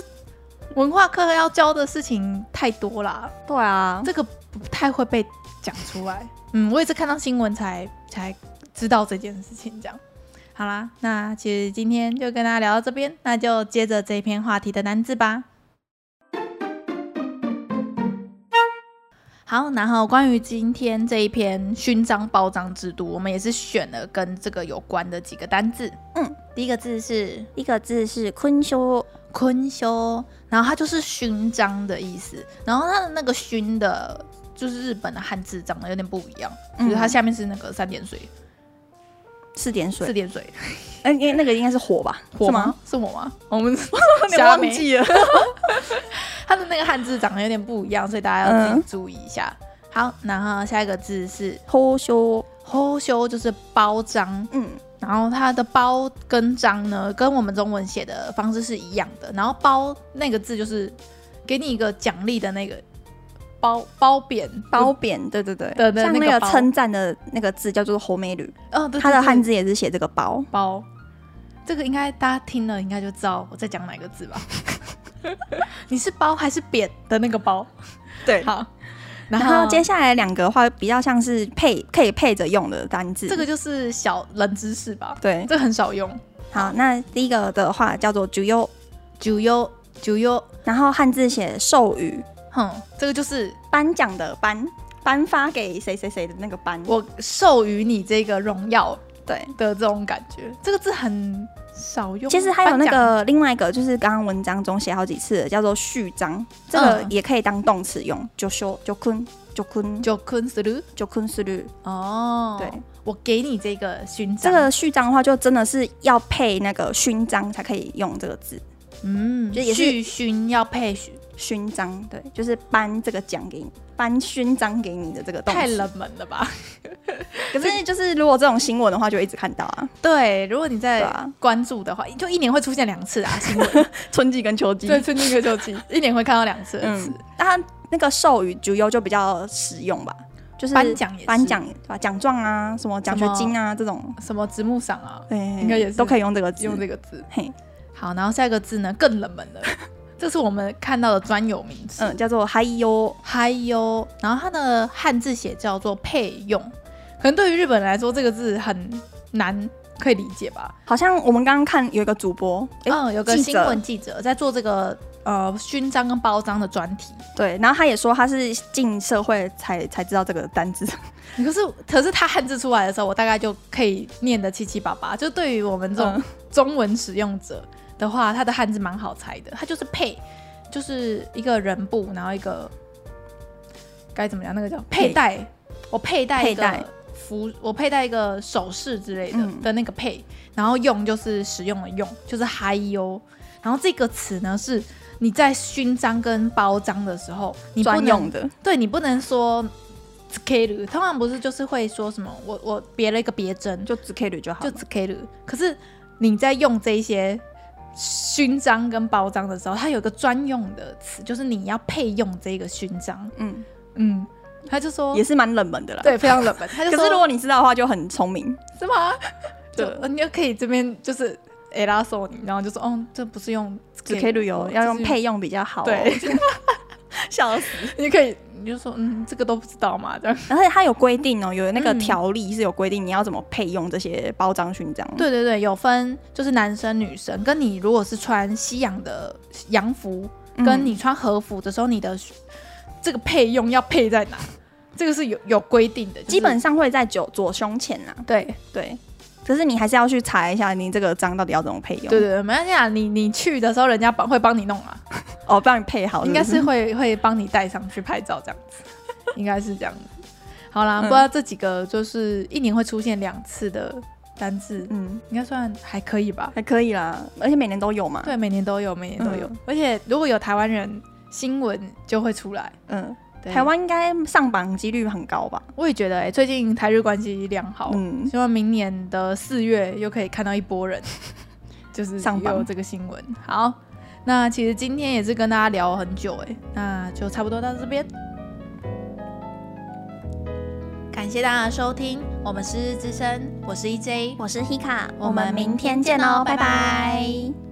[SPEAKER 1] 文化课要教的事情太多啦，
[SPEAKER 2] 对啊，
[SPEAKER 1] 这个不太会被讲出来。嗯，我也是看到新闻才才知道这件事情。这样，好啦，那其实今天就跟大家聊到这边，那就接着这一篇话题的单字吧。好，然后关于今天这一篇勋章包章制度，我们也是选了跟这个有关的几个单字。
[SPEAKER 4] 嗯，
[SPEAKER 1] 第一个字是
[SPEAKER 4] 一个字是勲章，
[SPEAKER 1] 坤修，然后它就是勋章的意思，然后它的那个勋的，就是日本的汉字长得有点不一样，
[SPEAKER 2] 嗯
[SPEAKER 1] 就是它下面是那个三点水、
[SPEAKER 2] 四点水
[SPEAKER 1] 四，点水，
[SPEAKER 2] 哎、因为那个应该是火吧？
[SPEAKER 1] 我
[SPEAKER 2] 是吗？？
[SPEAKER 1] 是我吗？我 们
[SPEAKER 2] 你
[SPEAKER 1] 瞎
[SPEAKER 2] 忘
[SPEAKER 1] 没
[SPEAKER 2] 记了？
[SPEAKER 1] 它的那个汉字长得有点不一样，所以大家要自己注意一下。好，然后下一个字是
[SPEAKER 2] 脱修，
[SPEAKER 1] 吼修，就是包章，
[SPEAKER 2] 嗯，
[SPEAKER 1] 然后它的包跟章呢，跟我们中文写的方式是一样的，然后包那个字就是。给你一个奖励的那个褒褒贬
[SPEAKER 2] 褒贬，对对对，
[SPEAKER 1] 的的
[SPEAKER 2] 像
[SPEAKER 1] 那
[SPEAKER 2] 那
[SPEAKER 1] 个
[SPEAKER 2] 个
[SPEAKER 1] 包
[SPEAKER 2] 称赞的那个字叫做“红梅旅
[SPEAKER 1] 哦，对”，
[SPEAKER 2] 它的汉
[SPEAKER 1] 字
[SPEAKER 2] 字也是写这个包。
[SPEAKER 1] 包，这个应该大家听了应该就知道我在讲哪个字 吧？你是包还是扁的那个包？
[SPEAKER 2] 对
[SPEAKER 1] 好，然
[SPEAKER 2] 然
[SPEAKER 1] 后
[SPEAKER 2] 后接下来两个的话比较像是配可以配着用的单字。
[SPEAKER 1] 这个就是小冷知识吧，
[SPEAKER 2] 对，
[SPEAKER 1] 这个很少用。
[SPEAKER 2] 好，那第一个的话叫做 “juyo”，
[SPEAKER 1] 九优九优，
[SPEAKER 2] 然后汉字写“授予
[SPEAKER 1] 哼，这个就是”，
[SPEAKER 2] 颁奖的“颁”，颁发给谁谁谁的那个“颁”。
[SPEAKER 1] 我授予你这个荣耀
[SPEAKER 2] 对。
[SPEAKER 1] 的这种感觉，这个字很少用。
[SPEAKER 2] 其实还有那
[SPEAKER 1] 颁奖
[SPEAKER 2] 个另外一个，就是刚刚文章中写好几次的，叫做序章，这个
[SPEAKER 1] 嗯
[SPEAKER 2] 也可以当动词用。就修就坤就坤
[SPEAKER 1] 就坤斯鲁
[SPEAKER 2] 就坤思虑，
[SPEAKER 1] 哦，
[SPEAKER 2] 对，
[SPEAKER 1] 我给你这个勋
[SPEAKER 2] 这
[SPEAKER 1] 章，
[SPEAKER 2] 个序章的话，就真的是要配那个勋章才可以用这个字。
[SPEAKER 1] 嗯，
[SPEAKER 2] 就也是
[SPEAKER 1] 续勋要配勋，
[SPEAKER 2] 勋章，对，就是颁这个奖给你，颁勋章给你的这个动
[SPEAKER 1] 太
[SPEAKER 2] 词。
[SPEAKER 1] 冷门了吧？
[SPEAKER 2] 可是就是如果这种新闻的话，就会一直看到啊，
[SPEAKER 1] 对，如果你
[SPEAKER 2] 对
[SPEAKER 1] 在
[SPEAKER 2] 啊，
[SPEAKER 1] 关注的话，就一年会出现两次 啊，新闻
[SPEAKER 2] 春季跟秋季。
[SPEAKER 1] 对，春季跟秋季， 一年会看到两次的词
[SPEAKER 2] 嗯。，那它那个授予主优就比较实用吧，就是
[SPEAKER 1] 颁奖也是
[SPEAKER 2] 颁奖对吧？奖状啊，什么奖学金啊这种，
[SPEAKER 1] 什么直木赏啊，
[SPEAKER 2] 对，
[SPEAKER 1] 应该也是
[SPEAKER 2] 都可以用这个字。
[SPEAKER 1] 用这个字。
[SPEAKER 2] 嘿，
[SPEAKER 1] 好，然后下一个字呢更冷门 了，这是我们看到的专有名词。
[SPEAKER 2] 嗯，叫做嗨哟，
[SPEAKER 1] 嗨哟，然后它的汉字写叫做配用，可能对于日本人来说这个字很难可以理解吧。
[SPEAKER 2] 好像我们刚刚看有一个主播，诶
[SPEAKER 1] 嗯，有个
[SPEAKER 2] 记
[SPEAKER 1] 新
[SPEAKER 2] 者
[SPEAKER 1] 闻记者在做这个呃勋章跟包章的专题，
[SPEAKER 2] 对，然后他也说他是进社会才才知道这个单 字，
[SPEAKER 1] 可是可是他汉字出来的时候，我大概就可以念得七七八八。就对于我们这种
[SPEAKER 2] 嗯
[SPEAKER 1] 中文使用者的话，它的汉字蛮好猜的，它就是配，就是一个人部，然后一个该怎么样？那个叫佩戴，我佩戴一
[SPEAKER 2] 佩戴
[SPEAKER 1] 个服，我佩戴一个首饰之类的、
[SPEAKER 2] 嗯
[SPEAKER 1] 的那个配，然后用就是使用的用，就是嗨哟。然后这个词呢是。你在勋章跟包章的时候，你不
[SPEAKER 2] 专
[SPEAKER 1] 能
[SPEAKER 2] 用的。
[SPEAKER 1] 对你不能说 s k l 通常不是就是会说什么我我别了一个别针
[SPEAKER 2] 就只 K 旅就好
[SPEAKER 1] 就
[SPEAKER 2] 了。
[SPEAKER 1] s k l 可是你在用这一些勋章跟包章的时候，它有一个专用的词，就是你要配用这个勋章。
[SPEAKER 2] 嗯，
[SPEAKER 1] 嗯，他就说
[SPEAKER 2] 也是蛮冷门的啦。，
[SPEAKER 1] 对，非常冷门。他就
[SPEAKER 2] 可
[SPEAKER 1] 说
[SPEAKER 2] 是如果你知道的话，就很聪明。
[SPEAKER 1] 是吗？
[SPEAKER 2] 对
[SPEAKER 1] 就你就可以这边就是诶拉手你，然后就说哦，这不是用
[SPEAKER 2] 只 K 旅游哦要用，配用比较好、哦。
[SPEAKER 1] 对，
[SPEAKER 2] 笑死。
[SPEAKER 1] 你可以你就说嗯，这个都不知道嘛这样。
[SPEAKER 2] 而且它有规定哦，有那个
[SPEAKER 1] 嗯
[SPEAKER 2] 条例是有规定你要怎么配用这些包章勋章。，
[SPEAKER 1] 对对对，有分就是男生女生，跟你如果是穿西洋的洋服，跟你穿和服的时候，你的这个配用要配在哪，这个是有有规定的，就是
[SPEAKER 2] 基本上会在左左胸前啦。
[SPEAKER 1] 对
[SPEAKER 2] 对，可是你还是要去查一下你这个章到底要怎么配用。
[SPEAKER 1] 对对对，没关系啊，你你去的时候人家帮会帮你弄啊，
[SPEAKER 2] 哦，帮你配好
[SPEAKER 1] 应该
[SPEAKER 2] 不
[SPEAKER 1] 是会会帮你带上去拍照这样子， 应该是这样子。好啦，不
[SPEAKER 2] 嗯
[SPEAKER 1] 知道这几个就是一年会出现两次的单字，
[SPEAKER 2] 嗯，
[SPEAKER 1] 应该算还可以吧？
[SPEAKER 2] 还可以啦，而且每年都有嘛。，
[SPEAKER 1] 对，每年都有，每年都有，
[SPEAKER 2] 嗯
[SPEAKER 1] 而且如果有台湾人，新闻就会出来。
[SPEAKER 2] 嗯，
[SPEAKER 1] 对
[SPEAKER 2] 台湾应该上榜几率很高吧？
[SPEAKER 1] 我也觉得、欸，最近台日关系良好，
[SPEAKER 2] 嗯，
[SPEAKER 1] 希望明年的四月又可以看到一波 人，就是
[SPEAKER 2] 上榜
[SPEAKER 1] 有这个新闻。好，那其实今天也是跟大家聊很久、欸，那就差不多到这边。感谢大家的收听，我们是日之声，我是 E EJ，
[SPEAKER 4] 我是 Hika，
[SPEAKER 1] 我们明哦
[SPEAKER 4] 天
[SPEAKER 1] 见哦拜拜
[SPEAKER 4] 拜